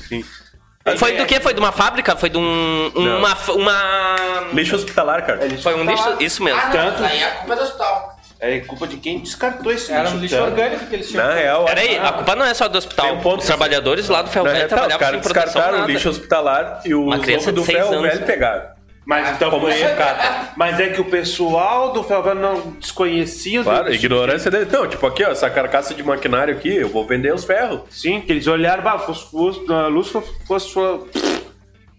Speaker 5: Foi do que? Foi de uma fábrica? Foi de um. Uma. f- uma...
Speaker 1: Lixo hospitalar, cara.
Speaker 5: Foi um lixo? Isso mesmo.
Speaker 3: Ah, não,
Speaker 4: Tanto-
Speaker 3: Aí a culpa é do hospital.
Speaker 4: É culpa de quem descartou esse
Speaker 2: Era um
Speaker 4: lixo
Speaker 2: lixo
Speaker 4: tanto.
Speaker 2: orgânico que eles tinham.
Speaker 1: Na real,
Speaker 5: Peraí, a culpa não é só do hospital.
Speaker 1: Tem um ponto
Speaker 5: Os
Speaker 1: que-
Speaker 5: trabalhadores lá do ferro
Speaker 1: na
Speaker 5: velho
Speaker 1: real, tá, os
Speaker 5: trabalhavam
Speaker 1: caras
Speaker 5: sem proteção
Speaker 1: descartaram o
Speaker 5: nada.
Speaker 1: lixo hospitalar e os
Speaker 5: criança
Speaker 1: loucos do
Speaker 5: de seis
Speaker 1: ferro
Speaker 5: anos,
Speaker 1: velho
Speaker 5: né?
Speaker 1: pegaram.
Speaker 4: Mas então
Speaker 1: Como
Speaker 4: foi.
Speaker 1: sucata.
Speaker 4: Mas é que o pessoal do ferro velho não desconhecia.
Speaker 1: Claro,
Speaker 4: do...
Speaker 1: ignorância dele. Não, tipo aqui, ó, essa carcaça de maquinário aqui, eu vou vender os ferros.
Speaker 4: Sim, que eles olharam, bah, fosfos, a luz fosfos,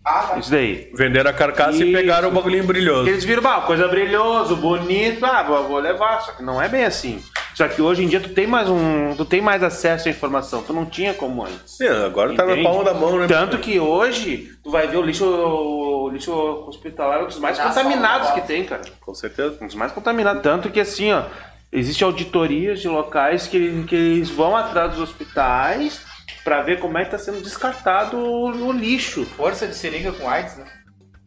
Speaker 3: Ah, tá.
Speaker 4: isso daí.
Speaker 1: Venderam a carcaça e
Speaker 4: Isso.
Speaker 1: pegaram o bagulhinho brilhoso.
Speaker 4: Eles viram, bah, coisa brilhoso, bonito, ah, vou, vou levar, só que não é bem assim. Só que hoje em dia tu tem mais um, tu tem mais acesso à informação, tu não tinha como antes.
Speaker 1: Sim, agora tá na
Speaker 4: Entende?
Speaker 1: palma da mão, né?
Speaker 4: Tanto que hoje tu vai ver o lixo, o lixo hospitalar é um dos mais
Speaker 3: Dá
Speaker 4: contaminados
Speaker 3: só um
Speaker 4: que tem, cara.
Speaker 1: Com certeza.
Speaker 4: Um dos mais contaminados, tanto que assim, ó, existe auditorias de locais que, que eles vão atrás dos hospitais pra ver como é que tá sendo descartado o, o lixo.
Speaker 2: Força de seringa com AIDS, né?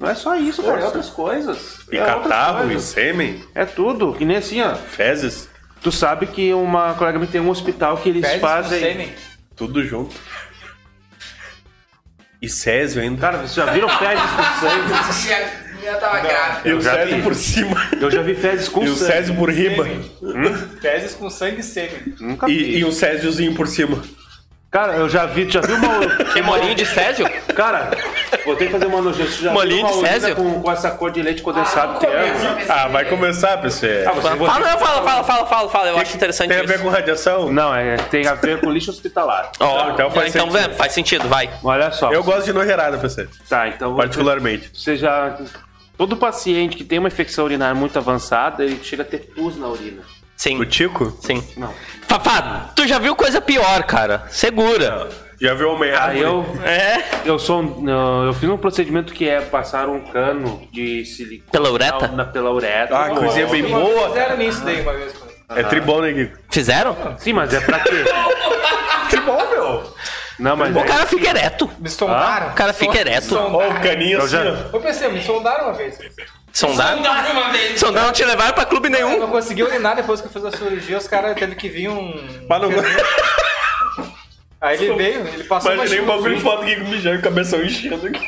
Speaker 4: Não é só isso, cara, é
Speaker 1: Força.
Speaker 4: outras coisas.
Speaker 1: E
Speaker 4: é outras
Speaker 1: catarro, e
Speaker 4: coisas.
Speaker 1: sêmen,
Speaker 4: É tudo, que nem assim, ó.
Speaker 1: fezes,
Speaker 4: Tu sabe que uma colega minha tem um hospital que eles
Speaker 2: Fezes com
Speaker 4: fazem.
Speaker 2: sêmen.
Speaker 1: tudo junto. E Césio ainda.
Speaker 4: Cara, vocês já viram fezes com sangue?
Speaker 3: Ah, tá, Se a menina tava grávida.
Speaker 1: E
Speaker 4: eu
Speaker 1: o
Speaker 4: já
Speaker 1: Césio
Speaker 4: vi.
Speaker 1: por cima.
Speaker 4: Eu já vi fezes com
Speaker 1: E o
Speaker 4: sangue.
Speaker 1: Césio por riba.
Speaker 2: Fezes com sangue e sêmen.
Speaker 4: Nunca vi.
Speaker 1: E, e um Césiozinho por cima.
Speaker 4: Cara, eu já vi, tu já viu uma.
Speaker 5: Que molinho de Césio?
Speaker 4: Cara, vou ter que fazer uma nojeira. Tu já
Speaker 5: Molinho
Speaker 4: viu uma
Speaker 5: de
Speaker 4: urina
Speaker 5: Césio?
Speaker 4: Com, com essa cor de leite condensado que é?
Speaker 1: Ah, vai começar, PC.
Speaker 5: Fala, não, fala, fala, fala, fala, fala. Eu acho Ah, interessante
Speaker 1: Tem a ver
Speaker 5: isso.
Speaker 1: com radiação?
Speaker 4: Não, é, tem a ver com lixo hospitalar.
Speaker 5: Ó,
Speaker 1: Então
Speaker 5: então
Speaker 1: faz
Speaker 5: faz
Speaker 1: sentido.
Speaker 5: sentido. faz sentido, vai.
Speaker 4: Olha só.
Speaker 1: Eu gosto de nojerada, PC.
Speaker 4: Tá, então.
Speaker 1: Particularmente.
Speaker 4: Você já. Todo paciente que tem uma infecção urinária muito avançada, ele chega a ter pus na urina.
Speaker 5: Sim,
Speaker 1: O Tico?
Speaker 5: sim.
Speaker 4: Não.
Speaker 5: Fafá, tu já viu coisa pior, cara. Segura.
Speaker 1: Já viu o homem
Speaker 5: Ah,
Speaker 4: Aí eu.
Speaker 5: É?
Speaker 4: Eu sou um- não, eu fiz um procedimento que é passar um cano de silicone
Speaker 5: Pela ureta?
Speaker 4: na, pela ureta.
Speaker 1: Ah, coisinha bem boa.
Speaker 2: Fizeram nisso daí uma vez. cara.
Speaker 1: É tribom, né, Gui?
Speaker 5: Fizeram?
Speaker 4: Sim, mas é pra quê?
Speaker 1: Tribom, meu.
Speaker 4: Não, mas
Speaker 5: O
Speaker 4: é,
Speaker 5: cara fica ereto.
Speaker 2: Me sondaram.
Speaker 5: O cara fica
Speaker 2: Son-
Speaker 5: ereto.
Speaker 1: Ó,
Speaker 2: sondaram.
Speaker 1: o caninho
Speaker 4: Eu
Speaker 1: assim,
Speaker 4: já-
Speaker 1: ó.
Speaker 2: Eu pensei, me sondaram uma vez.
Speaker 5: Sondar?
Speaker 3: Dá uma vez.
Speaker 5: Sondar não te levaram pra clube
Speaker 2: Eu
Speaker 5: nenhum.
Speaker 2: não consegui urinar depois que eu fiz a cirurgia, os caras teve que vir um.
Speaker 1: Mas não
Speaker 2: Aí ele veio, ele passou
Speaker 1: imaginei um
Speaker 2: uma
Speaker 1: bagulho
Speaker 2: chulo...
Speaker 1: foda aqui com mijão e cabeção enchendo aqui.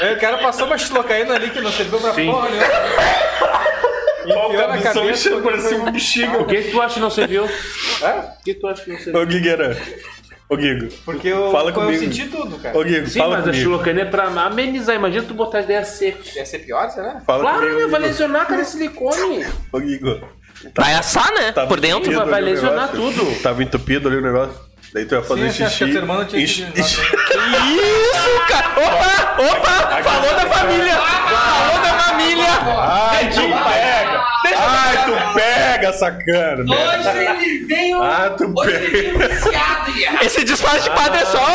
Speaker 2: É, O cara passou uma xilocaína ali que não serviu pra
Speaker 4: Sim.
Speaker 2: porra nenhuma.
Speaker 1: Ó, o
Speaker 2: Enfiou na
Speaker 1: cabeção
Speaker 2: cabeça.
Speaker 1: enchendo, parecia um bexiga.
Speaker 4: O que que tu acha que não serviu?
Speaker 2: É?
Speaker 4: O que tu acha que não serviu?
Speaker 1: Ô, Guigueira. Ô, Guigo.
Speaker 2: Porque eu,
Speaker 1: Fala
Speaker 2: eu
Speaker 1: comigo.
Speaker 2: senti tudo, cara.
Speaker 1: Ô, Guigo,
Speaker 4: Sim,
Speaker 1: fala
Speaker 4: mas a
Speaker 1: comigo.
Speaker 4: xilocane é pra amenizar. Imagina tu botar as ideias secas.
Speaker 2: Ia ser pior, será?
Speaker 1: Fala
Speaker 4: Claro,
Speaker 1: comigo,
Speaker 4: né? vai
Speaker 1: Guigo.
Speaker 4: lesionar, cara, silicone.
Speaker 1: Ô, Guigo.
Speaker 5: Vai assar, né?
Speaker 1: Tava
Speaker 5: Por dentro.
Speaker 1: entupido
Speaker 4: vai
Speaker 1: ali o
Speaker 4: lesionar
Speaker 1: negócio.
Speaker 4: tudo.
Speaker 1: Tava entupido ali o negócio. Daí tu ia fazer
Speaker 2: Sim, acho que
Speaker 1: xixi.
Speaker 2: a tua irmã não tinha
Speaker 1: enche-
Speaker 2: que dizer
Speaker 1: enche-
Speaker 5: Isso, cara! Opa! Opa! Falou da família! Falou da família!
Speaker 1: Ai, tu pega! Ai, tu pega, sacana!
Speaker 3: Hoje é ele veio.
Speaker 1: Ah, tu
Speaker 3: Hoje ele veio viciado, Guerra.
Speaker 5: Esse disfarce de padre é só.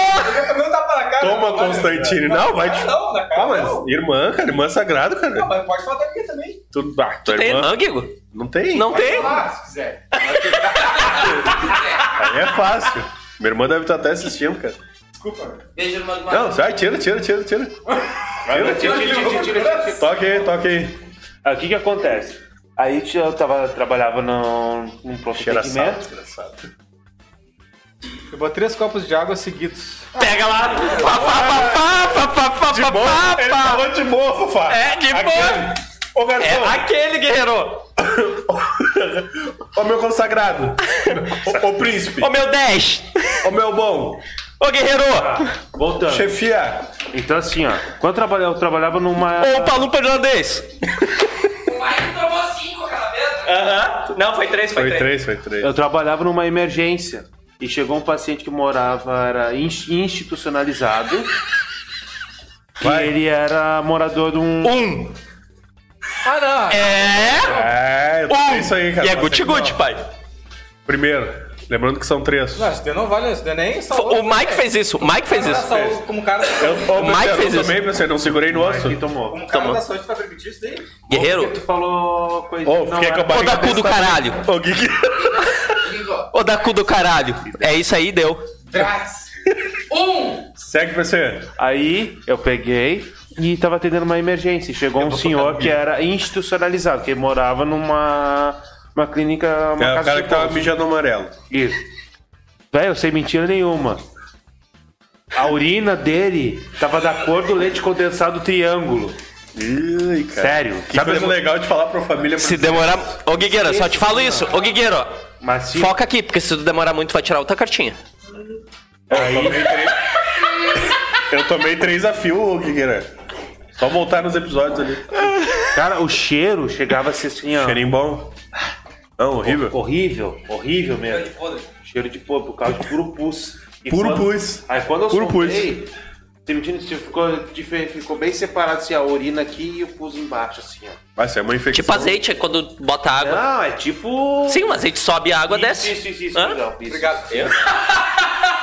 Speaker 2: Não tá pra cá.
Speaker 1: Toma, Constantine. Não, vai te.
Speaker 2: Não, na cara.
Speaker 1: Ah, mas
Speaker 2: não.
Speaker 1: irmã, cara, irmã é sagrado,
Speaker 2: Não,
Speaker 1: cara.
Speaker 2: mas pode falar daqui também.
Speaker 1: Tu, ah, tua
Speaker 5: Tem
Speaker 1: irmã.
Speaker 5: não, Guigo?
Speaker 1: Não tem?
Speaker 5: Não tem?
Speaker 2: Ah, se quiser.
Speaker 1: Aí é fácil. Minha irmã deve estar até assistindo, cara.
Speaker 3: Beijo, irmão do
Speaker 1: Não, sai, tira, tira, tira, tira. Tira, tira, tira, tira. Toca aí, toca aí.
Speaker 4: Aí o que que acontece? Aí tia, eu tava, trabalhava num, num
Speaker 1: Cheira sal,
Speaker 4: procedimento.
Speaker 1: desgraçado.
Speaker 2: Eu botei três copos de água seguidos.
Speaker 5: Pega lá! Fá, fá, fá, fá, fá, fá,
Speaker 1: De
Speaker 5: fá,
Speaker 1: boa?
Speaker 5: fá,
Speaker 1: Ele tá
Speaker 5: fá.
Speaker 1: falou de boa, Fofá.
Speaker 5: É, de boa.
Speaker 1: Aquele. Ô,
Speaker 5: É
Speaker 1: garçom.
Speaker 5: aquele, guerreiro!
Speaker 1: Ô, meu consagrado. Ô, ô, príncipe.
Speaker 5: Ô meu 10!
Speaker 1: Ô, meu bom.
Speaker 5: Ô guerreiro!
Speaker 4: Voltando.
Speaker 1: Chefia.
Speaker 4: Então assim, ó. Quando eu trabalhava, eu trabalhava numa...
Speaker 5: Ô palupa irlandês!
Speaker 3: O Mike tomou cinco aquela vez. né?
Speaker 5: Aham. Não, foi três, foi,
Speaker 1: Foi
Speaker 5: três.
Speaker 1: três, foi três.
Speaker 4: Eu trabalhava numa emergência e chegou um paciente que morava, era ins- institucionalizado. Que
Speaker 1: Vai.
Speaker 4: ele era morador de um.
Speaker 5: Um!
Speaker 2: Ah, não.
Speaker 5: É!
Speaker 1: É,
Speaker 5: Um!
Speaker 1: é isso aí, cara.
Speaker 5: E é
Speaker 1: Nossa,
Speaker 5: guti
Speaker 1: que
Speaker 5: guti, pai.
Speaker 1: não. Primeiro, lembrando que são três.
Speaker 2: Não, isso daí não vale, isso daí nem
Speaker 5: F-
Speaker 2: saúde.
Speaker 5: O Mike fez isso, o Mike fez isso.
Speaker 2: isso. Como cara,
Speaker 1: Eu, ô,
Speaker 5: O
Speaker 1: meu
Speaker 5: Mike
Speaker 1: Deus,
Speaker 5: fez
Speaker 1: eu
Speaker 5: isso.
Speaker 1: também, pensei, não segurei no osso.
Speaker 4: que tomou.
Speaker 2: como cara
Speaker 5: Toma.
Speaker 2: da saúde tá permitido isso daí?
Speaker 5: Guerreiro,
Speaker 4: Tu falou coisa.
Speaker 1: Ô,
Speaker 4: que não
Speaker 1: fiquei com a
Speaker 4: era.
Speaker 5: ô
Speaker 1: barriga
Speaker 5: da cu do
Speaker 1: desse tamanho.
Speaker 5: caralho!
Speaker 1: Ô, Gui, Gui. Ah.
Speaker 3: Ligou.
Speaker 5: Ô da cu do caralho! É isso aí, deu.
Speaker 3: Drax. Um.
Speaker 1: Segue, É PC.
Speaker 4: Aí eu peguei e tava atendendo uma emergência. Chegou um senhor que era institucionalizado, que morava numa uma clínica. Uma
Speaker 1: É
Speaker 4: casa
Speaker 1: o cara
Speaker 4: de
Speaker 1: que tava
Speaker 4: repouso.
Speaker 1: mijando amarelo.
Speaker 4: Isso. Velho, sem mentira nenhuma. A urina dele tava da cor do leite condensado triângulo.
Speaker 1: Ih, cara.
Speaker 4: Sério. Tipo,
Speaker 1: Que
Speaker 4: Sabe
Speaker 1: coisa
Speaker 4: as-
Speaker 1: legal de falar pra família.
Speaker 5: Se demorar. Ô, Guigueira, só te falo isso. Ô, Guigueira,
Speaker 4: Mas se-
Speaker 5: foca aqui, porque se tu demorar muito, vai tirar outra cartinha.
Speaker 1: Eu tomei três- Eu tomei três a fio, ô, Guigueira. Só voltar nos episódios ali.
Speaker 4: Cara, o cheiro chegava a ser assim, ó.
Speaker 1: Cheirinho bom. Não, horrível.
Speaker 4: Horrível, horrível mesmo.
Speaker 3: Foda-se.
Speaker 4: Cheiro de pó, por causa de puro pus. E
Speaker 1: Puro
Speaker 4: quando-
Speaker 1: pus.
Speaker 4: Aí quando eu
Speaker 1: Puro pus.
Speaker 4: soltei, você me diz, ficou, dife- ficou bem separado assim, a urina aqui e o pus embaixo, assim, ó.
Speaker 1: Vai ser uma infecção.
Speaker 5: Tipo azeite, quando bota água.
Speaker 4: Não, é tipo...
Speaker 5: Sim, o azeite sobe, a água
Speaker 4: isso,
Speaker 5: desce.
Speaker 4: Isso, isso, isso,
Speaker 5: Hã?
Speaker 4: legal, isso.
Speaker 6: Obrigado.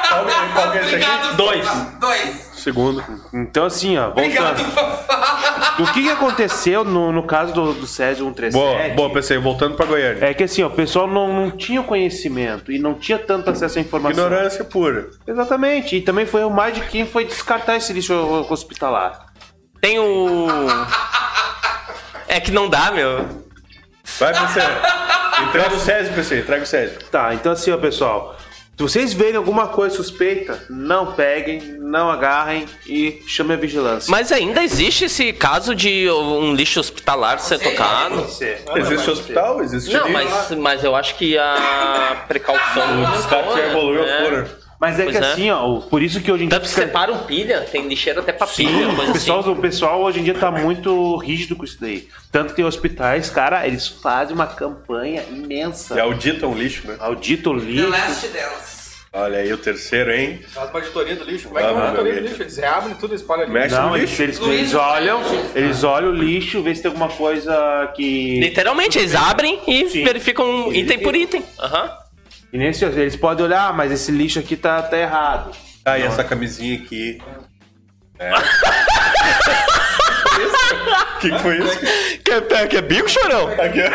Speaker 1: Qual, qual que é esse aqui?
Speaker 3: Obrigado,
Speaker 5: Dois.
Speaker 3: Fafá. Dois.
Speaker 1: Segundo.
Speaker 4: Então assim, ó,
Speaker 3: Obrigado,
Speaker 4: voltando.
Speaker 3: Fafá.
Speaker 4: O que, que aconteceu no, no caso do, do Césio 137?
Speaker 1: Boa, boa, PC. Voltando pra Goiânia.
Speaker 4: É que assim, ó, o pessoal não, não tinha conhecimento e não tinha tanto acesso à informação.
Speaker 1: Ignorância pura.
Speaker 4: Exatamente. E também foi o mais de quem foi descartar esse lixo hospitalar.
Speaker 5: Tem o. É que não dá, meu.
Speaker 1: Vai, PC. Entrega o Césio, PC. Entrega o Césio.
Speaker 4: Tá, então assim, ó, pessoal. Se vocês verem alguma coisa suspeita, não peguem, não agarrem e chame a vigilância.
Speaker 5: Mas ainda existe esse caso de um lixo hospitalar ser tocado.
Speaker 4: Você.
Speaker 1: Existe hospital, existe
Speaker 5: Não,
Speaker 1: ali.
Speaker 5: mas, mas eu acho que a precaução. né?
Speaker 1: O descarte já evoluiu a fora.
Speaker 4: Mas é
Speaker 5: Pois
Speaker 4: que
Speaker 5: é.
Speaker 4: assim, ó, o- por isso que hoje em dia.
Speaker 5: Tanto que separam um pilha, tem lixeira até pra pilha,
Speaker 4: o,
Speaker 5: coisa
Speaker 4: pessoal,
Speaker 5: assim.
Speaker 4: o pessoal hoje em dia tá muito rígido com isso daí. Tanto que tem hospitais, cara, eles fazem uma campanha
Speaker 1: E
Speaker 4: imensa.
Speaker 1: audita um lixo, né?
Speaker 4: Audito
Speaker 3: The
Speaker 4: lixo.
Speaker 3: last delas.
Speaker 1: Olha aí o terceiro, hein?
Speaker 6: Faz uma auditoria do lixo. Como é que é
Speaker 1: Ah,
Speaker 6: uma
Speaker 1: não,
Speaker 6: auditoria do
Speaker 1: meu
Speaker 6: lixo? Eles abrem tudo e espalham É lixo.
Speaker 1: Mexe
Speaker 4: Não,
Speaker 1: no
Speaker 4: eles,
Speaker 1: lixo.
Speaker 4: eles,
Speaker 3: Luiz,
Speaker 4: eles
Speaker 3: Luiz,
Speaker 4: olham,
Speaker 3: Luiz.
Speaker 4: eles olham o lixo, vê se tem alguma coisa que.
Speaker 5: Literalmente, eles abrem e
Speaker 4: Sim.
Speaker 5: verificam um
Speaker 4: Eles
Speaker 5: item por item. Aham.
Speaker 4: E nesse, eles podem olhar, ah, mas esse lixo aqui tá, tá errado.
Speaker 1: Ah, e essa camisinha aqui. É. O que que foi isso?
Speaker 5: Quer, quer bico, chorão?
Speaker 1: Aqui, ó.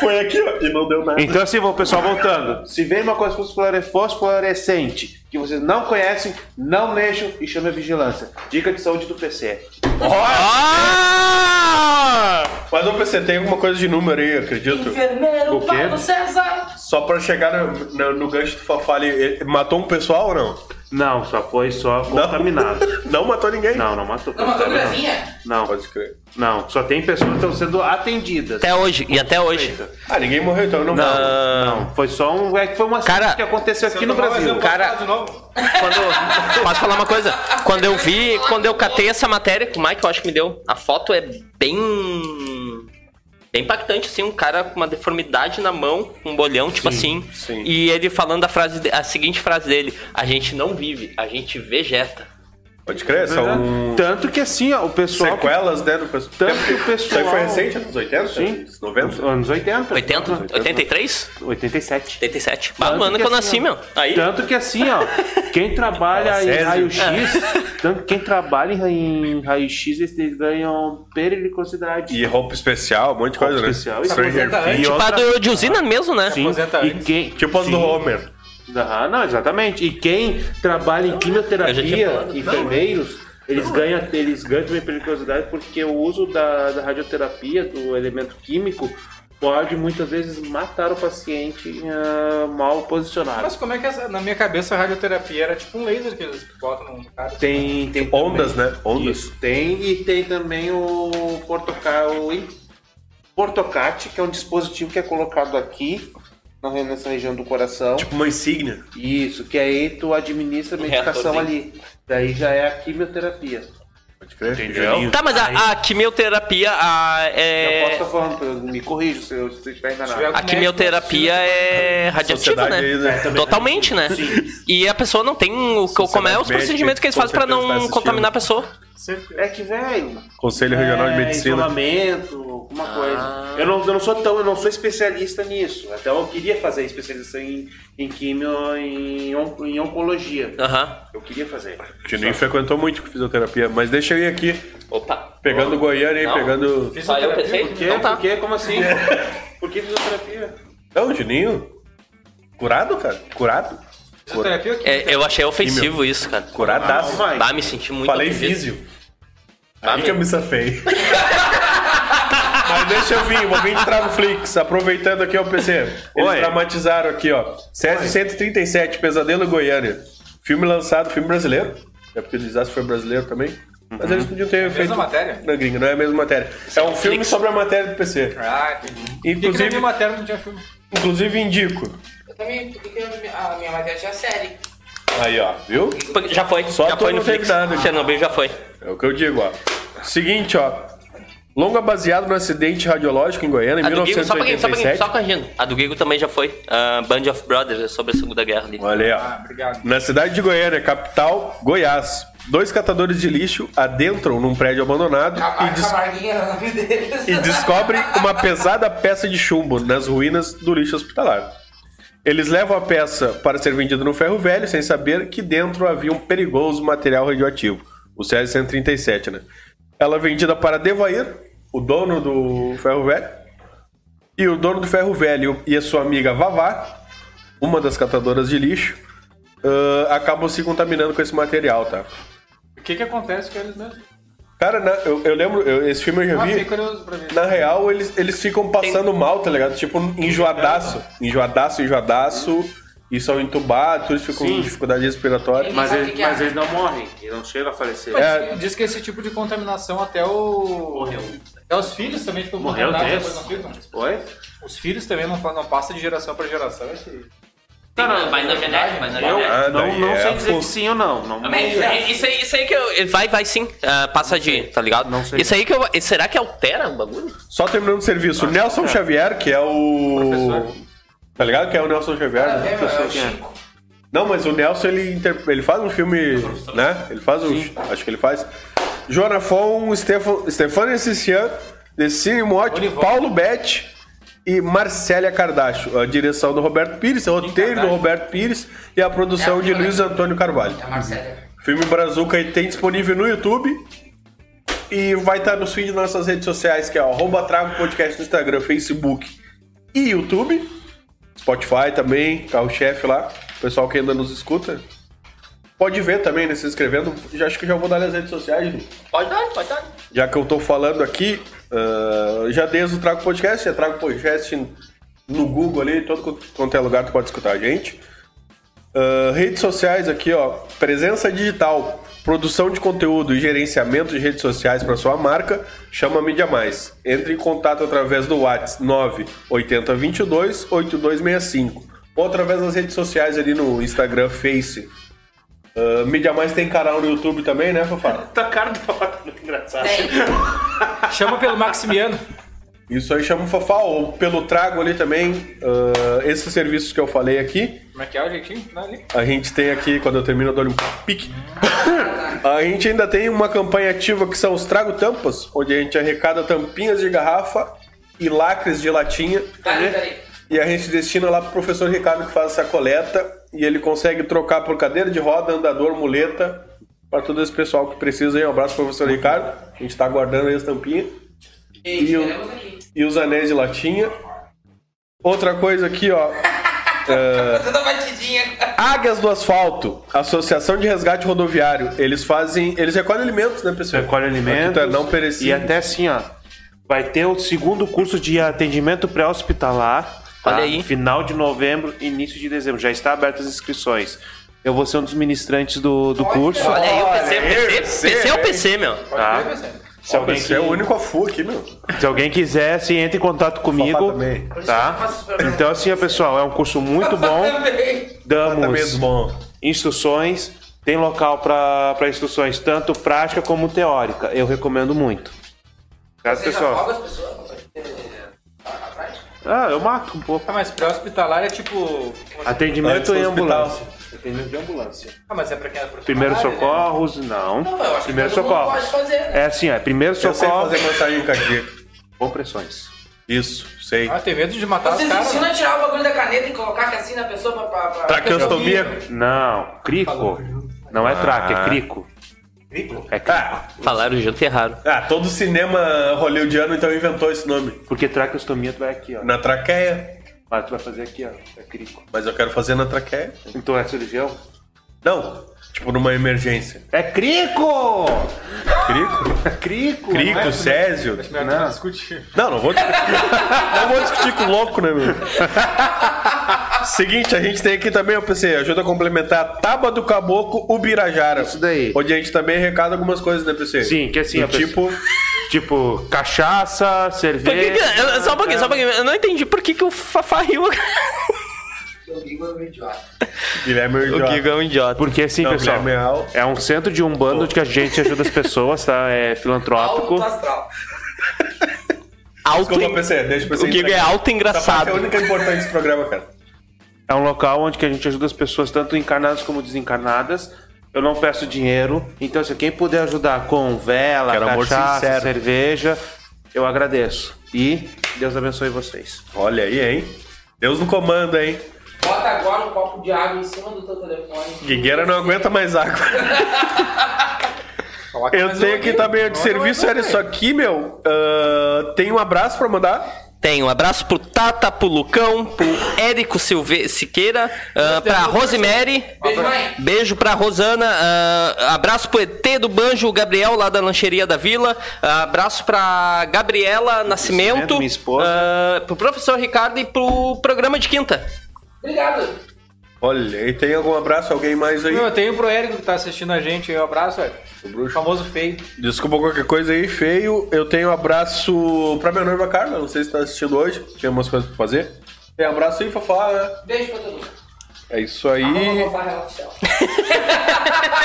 Speaker 1: Foi aqui, ó. E não deu nada.
Speaker 4: Então, assim, o pessoal voltando. Se vem uma coisa fosflore- fosforescente que vocês não conhecem, não mexam e chame a vigilância. Dica de saúde do PC.
Speaker 5: Ah!
Speaker 1: Mas, ô PC, tem alguma coisa de número aí, eu acredito.
Speaker 3: Enfermeiro
Speaker 4: O quê?
Speaker 3: Paulo César.
Speaker 1: Só pra chegar no, no- no gancho do Fafá ali, ele matou um pessoal ou não?
Speaker 4: Não, só foi só contaminado.
Speaker 1: Não matou ninguém?
Speaker 4: Não, não matou.
Speaker 3: Não matou
Speaker 4: não.
Speaker 3: gravinha?
Speaker 4: Não,
Speaker 1: Pode crer.
Speaker 4: não. Só tem pessoas que estão sendo
Speaker 1: Tá.
Speaker 4: atendidas.
Speaker 5: Até hoje, e até hoje.
Speaker 1: Ah, ninguém morreu, então não, matou.
Speaker 4: Não, foi só um. É que foi uma
Speaker 5: Cara,
Speaker 4: que aconteceu aqui no
Speaker 2: Tomar um
Speaker 4: Brasil.
Speaker 2: exemplo
Speaker 5: Cara-
Speaker 2: pra falar de novo.
Speaker 5: Quando, posso falar uma coisa? Quando eu vi, quando eu catei essa matéria que o Mike, eu acho que me deu, a foto é bem. Bem impactante, assim, um cara com uma deformidade na mão, um bolhão, tipo assim.
Speaker 1: sim.
Speaker 5: E ele falando a, frase, de- a seguinte frase dele: A gente não vive, a gente vegeta.
Speaker 1: Pode crer,
Speaker 3: né?
Speaker 1: são
Speaker 4: Tanto que assim, ó, o pessoal. que-
Speaker 1: sequelas, né, do pessoal.
Speaker 4: Tanto que o
Speaker 1: Isso aí
Speaker 4: pessoal.
Speaker 1: foi recente, anos 80?
Speaker 4: Sim.
Speaker 1: Anos 90?
Speaker 4: Anos 80.
Speaker 5: 80? 83?
Speaker 4: 87.
Speaker 5: 87. Bah,
Speaker 4: Tanto
Speaker 5: mano, Ah, um que eu
Speaker 4: assim,
Speaker 5: nasci,
Speaker 4: ó,
Speaker 5: meu. Aí. tipo,
Speaker 4: Tanto que assim, ó, quem trabalha em
Speaker 1: Césio.
Speaker 4: raio-x,
Speaker 1: É.
Speaker 4: tanto quem trabalha em ra- em raio-x, eles ganham periglicosidade.
Speaker 1: E roupa especial, um monte de
Speaker 4: Roupa
Speaker 1: coisa, né?
Speaker 4: especial.
Speaker 1: Stranger
Speaker 2: Aposenta
Speaker 1: Things.
Speaker 2: antes.
Speaker 5: Tipo a do de usina mesmo, né?
Speaker 4: Ah, Sim,
Speaker 2: aposenta
Speaker 4: e
Speaker 2: antes.
Speaker 4: quem,
Speaker 1: Tipo as
Speaker 4: sim.
Speaker 1: do Homer.
Speaker 4: Aham, não, exatamente. E quem trabalha em
Speaker 5: Eu já tinha
Speaker 4: quimioterapia,
Speaker 5: falado. é.
Speaker 4: enfermeiros, eles ganham, eles ganham também periculosidade porque o uso da, da radioterapia, do elemento químico, pode muitas vezes matar o paciente ah, mal posicionado.
Speaker 2: Mas como é que essa, na minha cabeça a radioterapia era tipo um laser que eles botam num cara?
Speaker 6: assim,
Speaker 4: Tem, tem
Speaker 1: Ondas, né? Ondas.
Speaker 4: Isso, tem e tem também o portoca- o im- portocate, que é um dispositivo que é colocado aqui, na re- nessa região do coração.
Speaker 1: Tipo uma insígnia.
Speaker 4: Isso, que aí tu administra a
Speaker 5: Um
Speaker 4: medicação
Speaker 5: reatorzinho.
Speaker 4: ali. Daí já é a quimioterapia.
Speaker 1: Pode crer. Então,
Speaker 4: Entendeu?
Speaker 1: Gelinho.
Speaker 5: Tá, mas a, a quimioterapia a,
Speaker 4: Eu posso
Speaker 5: é.
Speaker 4: estar falando, eu- me corrijo se eu se eu estiver
Speaker 2: Se tiver
Speaker 4: enganado.
Speaker 5: A quimioterapia é radiativa,
Speaker 1: Sociedade aí,
Speaker 5: né?
Speaker 1: né?
Speaker 5: Totalmente, né? E a pessoa não tem. O, como é os
Speaker 1: médica,
Speaker 5: procedimentos que eles fazem pra
Speaker 1: com certeza tá
Speaker 5: não
Speaker 1: assistindo.
Speaker 5: contaminar a pessoa?
Speaker 4: É que, velho,
Speaker 1: Conselho Regional de
Speaker 4: é,
Speaker 1: Medicina.
Speaker 4: isolamento, alguma
Speaker 2: Ah.
Speaker 4: coisa. Eu não, eu não sou tão, eu não sou especialista nisso. Até eu queria fazer especialização em, em quimio, em, on- em oncologia.
Speaker 5: Aham.
Speaker 4: Eu queria fazer.
Speaker 1: Geninho frequentou muito com fisioterapia, mas deixa eu ir aqui,
Speaker 5: Opa.
Speaker 1: pegando Goiânia aí,
Speaker 5: Não.
Speaker 1: pegando...
Speaker 5: Só eu pensei?
Speaker 4: Por quê?
Speaker 5: Então tá.
Speaker 4: Por quê? Como assim? Por que fisioterapia?
Speaker 1: Não, Juninho. Curado, cara? Curado? Cor-
Speaker 2: Fisioterapia aqui.
Speaker 5: É, eu achei ofensivo isso, cara.
Speaker 1: Coradaço.
Speaker 5: Bah, me senti muito
Speaker 1: é? Falei
Speaker 5: ofendido.
Speaker 1: físio.
Speaker 6: Tá
Speaker 1: Aí que eu me safei. Mas deixa eu vir, vou vir de Travoflix, aproveitando aqui o PC. Eles
Speaker 4: Oi.
Speaker 1: dramatizaram aqui, ó. CS 137, Pesadelo em Goiânia. Filme lançado, filme brasileiro. É porque o desastre foi brasileiro também.
Speaker 6: Uhum.
Speaker 1: Mas eles podiam ter feito.
Speaker 6: É matéria?
Speaker 1: Na gringa, não é a mesma matéria. É um filme sobre a matéria do PC.
Speaker 6: Ah, entendi. Por que que na
Speaker 1: Inclusive,
Speaker 6: minha matéria não tinha filme?
Speaker 1: inclusive indico.
Speaker 3: Eu também, porque que a Tá minha matéria tinha série.
Speaker 1: Aí, ó, viu?
Speaker 5: Já foi,
Speaker 1: Só
Speaker 5: já
Speaker 1: tu
Speaker 5: foi
Speaker 1: não
Speaker 5: no
Speaker 1: teve
Speaker 5: Flix.
Speaker 1: nada.
Speaker 5: Chernobyl já foi.
Speaker 1: É o que eu digo, ó. Seguinte, ó. Longa baseado no acidente radiológico em Goiânia, em
Speaker 5: A do Gigo, Ah, só pra quem, só pra quem,
Speaker 1: 1987.
Speaker 5: só corrigindo. A do Gigo também já foi. Ah, Band of Brothers, é sobre a Segunda Guerra ali.
Speaker 1: Olha aí, ó.
Speaker 6: Ah, obrigado.
Speaker 1: Na cidade de Goiânia, capital, Goiás, dois catadores de lixo adentram num prédio abandonado
Speaker 3: A
Speaker 1: e,
Speaker 3: marca
Speaker 1: des-
Speaker 3: Marguinha era o nome deles.
Speaker 1: e descobrem uma pesada peça de chumbo nas ruínas do lixo hospitalar. Eles levam a peça para ser vendida no ferro velho, sem saber que dentro havia um perigoso material radioativo, o Césio-137, né? Ela é vendida para Devair, o dono do ferro velho, e o dono do ferro velho e a sua amiga Vavá, uma das catadoras de lixo, ah, acabam se contaminando com esse material, tá?
Speaker 6: O que que acontece com eles mesmo?
Speaker 1: Cara, na- eu, eu lembro, eu- esse filme eu já
Speaker 6: Ah,
Speaker 1: vi.
Speaker 6: fiquei curioso pra ver.
Speaker 1: Na real, eles, eles ficam passando mal, tá ligado? Tipo, enjoadaço. Enjoadaço, enjoadaço. E são entubados, eles ficam com dificuldade respiratória.
Speaker 4: Mas,
Speaker 3: Sabe o
Speaker 4: eles,
Speaker 3: que que é?
Speaker 4: mas eles não morrem, eles não chegam a falecer.
Speaker 6: Mas
Speaker 1: É.
Speaker 6: diz que esse tipo de contaminação até o. Morreu. Até os filhos também ficam
Speaker 4: Morreu
Speaker 6: contaminados,
Speaker 4: desse?
Speaker 6: depois não ficam?
Speaker 4: Oi?
Speaker 6: Os filhos também não, não passa de geração pra geração. é Esse...
Speaker 5: vai na genética, vai na
Speaker 4: Eu
Speaker 5: genética.
Speaker 1: Ah,
Speaker 4: não,
Speaker 1: daí
Speaker 4: não
Speaker 1: é
Speaker 4: sei dizer
Speaker 1: fo-
Speaker 4: que sim ou não.
Speaker 1: é.
Speaker 4: não
Speaker 5: Também, Isso aí, isso aí que eu. Vai, vai sim. Ah, passa de. Tá ligado?
Speaker 4: Não sei.
Speaker 5: Isso aí que eu. Será que altera o bagulho?
Speaker 1: Só terminando o serviço. O
Speaker 3: Ah, tá.
Speaker 1: Nelson Xavier, que é o.
Speaker 4: Professor.
Speaker 1: Tá ligado? Que é o Nelson Xavier.
Speaker 3: Ah,
Speaker 1: né?
Speaker 3: é, meu, é o
Speaker 4: quem é.
Speaker 3: Chico.
Speaker 1: Não, mas o Nelson, ele, inter- ele faz um filme, né? Ele faz um... Acho que ele faz. Joana Fon, Stefan... Stefania Sician, Decine Motti, Paulo Betti e Marcélia Cardacho. A direção do Roberto Pires, o roteiro do Roberto Pires e a produção
Speaker 3: É,
Speaker 1: de
Speaker 3: é.
Speaker 1: Luiz Antônio Carvalho.
Speaker 3: É a Marcela.
Speaker 1: Filme Brazuca aí tem disponível no YouTube. E vai estar nos feeds das nossas redes sociais, que é o arroba Trago Podcast no Instagram, Facebook e YouTube. Spotify também, carro-chefe lá. O pessoal que ainda nos escuta. Pode ver também, né? Se inscrevendo. Já, acho que já vou dar as redes sociais, Lu.
Speaker 5: Pode dar, pode dar.
Speaker 1: Já que eu tô falando aqui, ah, já desde o Trago Podcast, já trago podcast no Google ali, todo quanto- quanto é lugar tu pode escutar a gente. Ah, redes sociais aqui, ó. Presença digital, produção de conteúdo e gerenciamento de redes sociais para sua marca, chama a Mídia Mais. Entre em contato através do WhatsApp 98022 8265 ou através das redes sociais ali no Instagram, Face. Ah, Mídia Mais tem canal no YouTube também, né, Fafá?
Speaker 4: Tá cara de falar muito engraçado.
Speaker 3: Tem.
Speaker 6: Chama pelo Maximiano.
Speaker 1: Isso aí chama o Fafá, ou pelo trago ali também, ah, esses serviços que eu falei aqui,
Speaker 6: Como é que é o jeitinho? Não, ali.
Speaker 1: a gente tem aqui, quando eu termino, eu dou um pique. a gente ainda tem uma campanha ativa que são os Trago Tampas, onde a gente arrecada tampinhas de garrafa e lacres de latinha.
Speaker 3: Tá ali, tá ali.
Speaker 1: E a gente destina lá pro professor Ricardo que faz essa coleta e ele consegue trocar por cadeira de roda, andador, muleta, para todo esse pessoal que precisa. aí. Um abraço, professor Ricardo. A gente tá aguardando aí as tampinhas
Speaker 3: E
Speaker 1: E o-
Speaker 3: estaremos aqui.
Speaker 1: e os anéis de latinha. Outra coisa aqui, ó.
Speaker 3: Fazendo a Tá batidinha.
Speaker 1: Águias do Asfalto, Associação de Resgate Rodoviário. Eles fazem. Eles recolhem alimentos, né, pessoal?
Speaker 4: Recolhe
Speaker 1: Aqui
Speaker 4: alimentos.
Speaker 1: tá não
Speaker 4: E
Speaker 1: perecível.
Speaker 4: até assim, ó. Vai ter o segundo curso de atendimento pré-hospitalar. tá?
Speaker 5: Olha aí.
Speaker 4: Final de novembro, início de dezembro. Já está abertas as inscrições. Eu vou ser um dos ministrantes do, do curso.
Speaker 5: Olha aí, o PC,
Speaker 1: Olha aí,
Speaker 5: PC,
Speaker 1: PC,
Speaker 5: PC é o
Speaker 1: hein?
Speaker 5: PC, meu.
Speaker 4: Tá? Se,
Speaker 1: Ó,
Speaker 4: alguém
Speaker 1: Você é o
Speaker 4: que-
Speaker 1: único afu aqui, meu.
Speaker 4: se alguém quiser, assim, entre em contato comigo.
Speaker 1: também.
Speaker 4: Tá? Então, assim, ó, pessoal, é um curso muito bom.
Speaker 3: Tá Também.
Speaker 1: Tratamento
Speaker 4: Damos
Speaker 1: bom.
Speaker 4: instruções. Tem local para instruções, tanto prática como teórica. Eu recomendo muito. Caso
Speaker 3: Você já
Speaker 4: pessoal.
Speaker 3: folga as pessoas? pra fazer a prática?
Speaker 4: Ah, eu mato um pouco.
Speaker 6: Ah, mas pré-hospitalar é tipo.
Speaker 1: Antes
Speaker 4: Atendimento
Speaker 1: do
Speaker 4: em
Speaker 1: hospital.
Speaker 4: ambulância. Atendimento em ambulância.
Speaker 6: Ah, mas é pra quem é profissional.
Speaker 4: Primeiro
Speaker 6: né?
Speaker 4: socorros, não.
Speaker 3: Não, eu acho que
Speaker 4: Primeiro
Speaker 3: todo mundo
Speaker 4: socorro.
Speaker 3: pode fazer, né?
Speaker 4: É assim, é primeiro
Speaker 1: Eu sei
Speaker 4: socorro,
Speaker 1: fazer massagem cardíaca.
Speaker 4: compressões.
Speaker 1: Isso, sei.
Speaker 6: Ah, tem medo de matar os
Speaker 3: Vocês
Speaker 6: caras.
Speaker 3: ensinam a tirar o bagulho da caneta e colocar assim na pessoa pra. pra, pra...
Speaker 1: Traqueostomia.
Speaker 4: Não, crico. Não é traque, é crico. É crico.
Speaker 5: Falaram junto e erraram.
Speaker 1: Ah, todo cinema hollywoodiano então inventou esse nome.
Speaker 4: Porque traqueostomia tu vai aqui, ó.
Speaker 1: Na traqueia.
Speaker 4: Mas tu vai fazer aqui, ó. É crico.
Speaker 1: Mas eu quero fazer na traqueia.
Speaker 4: Então é cirurgião?
Speaker 1: Não, tipo numa emergência.
Speaker 4: É crico!
Speaker 1: Crico?
Speaker 4: É crico!
Speaker 1: Crico, Césio. né?
Speaker 2: Melhor não. discutir.
Speaker 1: Não, não vou discutir. não vou discutir com o louco, né, meu? Seguinte, a gente tem aqui também, eu pensei, ajuda a complementar a Taba do Caboclo Ubirajara.
Speaker 4: Isso daí.
Speaker 1: Onde a gente também arrecada algumas coisas, né, PC?
Speaker 4: Sim, que assim,
Speaker 1: Do
Speaker 4: a
Speaker 1: tipo,
Speaker 4: pessoa- Tipo, cachaça,
Speaker 5: Por que
Speaker 4: cerveja.
Speaker 5: que- eu- Só um pouquinho, só um pouquinho. Eu não entendi por que, que o Fafá riu.
Speaker 3: Eu ligo é meio idiota.
Speaker 1: Guilherme é um
Speaker 5: O
Speaker 1: idiota.
Speaker 5: Giga é um idiota.
Speaker 4: Porque assim,
Speaker 1: Não,
Speaker 4: pessoal,
Speaker 1: Guilherme é al-
Speaker 4: é um centro de um bando de que a gente ajuda as pessoas, tá? É filantrópico.
Speaker 3: Alto astral.
Speaker 5: Alto.
Speaker 1: Desculpa,
Speaker 5: en-
Speaker 1: PC, deixa o PC.
Speaker 5: O Giga é
Speaker 1: entregar.
Speaker 5: alto
Speaker 1: Essa parte é
Speaker 5: e
Speaker 1: a
Speaker 5: engraçado.
Speaker 1: única importante desse programa, cara.
Speaker 4: É um local onde que a gente ajuda as pessoas, tanto encarnadas como desencarnadas. Eu não peço dinheiro. Então, se quem puder ajudar com vela,
Speaker 1: Quero amor
Speaker 4: cachaça,
Speaker 1: sincero.
Speaker 4: cerveja, eu agradeço. E Deus abençoe vocês.
Speaker 1: Olha aí, hein? Deus no comando, hein?
Speaker 3: Bota agora um copo de água em cima do teu telefone.
Speaker 1: Guigueira não aguenta mais água.
Speaker 6: né?
Speaker 2: Coloca
Speaker 1: Eu
Speaker 2: mais um
Speaker 1: tenho aqui também de
Speaker 6: um
Speaker 1: serviço, era isso aqui, meu. Ah, tem um abraço pra mandar.
Speaker 5: Tem um abraço pro Tata, pro Lucão, pro Érico Silve Siqueira, ah, pra Rosemary.
Speaker 3: Beijo, mãe.
Speaker 5: Beijo pra Rosana, ah, abraço pro ET do Banjo, o Gabriel lá da lancheria da Vila, ah, abraço pra Gabriela Nascimento,
Speaker 4: minha esposa.
Speaker 5: ah, pro professor Ricardo e pro programa de quinta.
Speaker 3: Obrigado.
Speaker 1: Olha, e tem algum abraço, alguém mais aí?
Speaker 2: Não, eu tenho pro Érico que tá assistindo a gente aí. Um abraço, Érico. O famoso feio.
Speaker 1: Desculpa qualquer coisa aí, feio. Eu tenho um abraço pra minha noiva Carla, não sei se tá assistindo hoje, tinha umas coisas pra fazer. Tem abraço aí, Fafá, né?
Speaker 3: Beijo pra todo mundo.
Speaker 1: É isso aí.
Speaker 3: Vamos roubar ela oficial.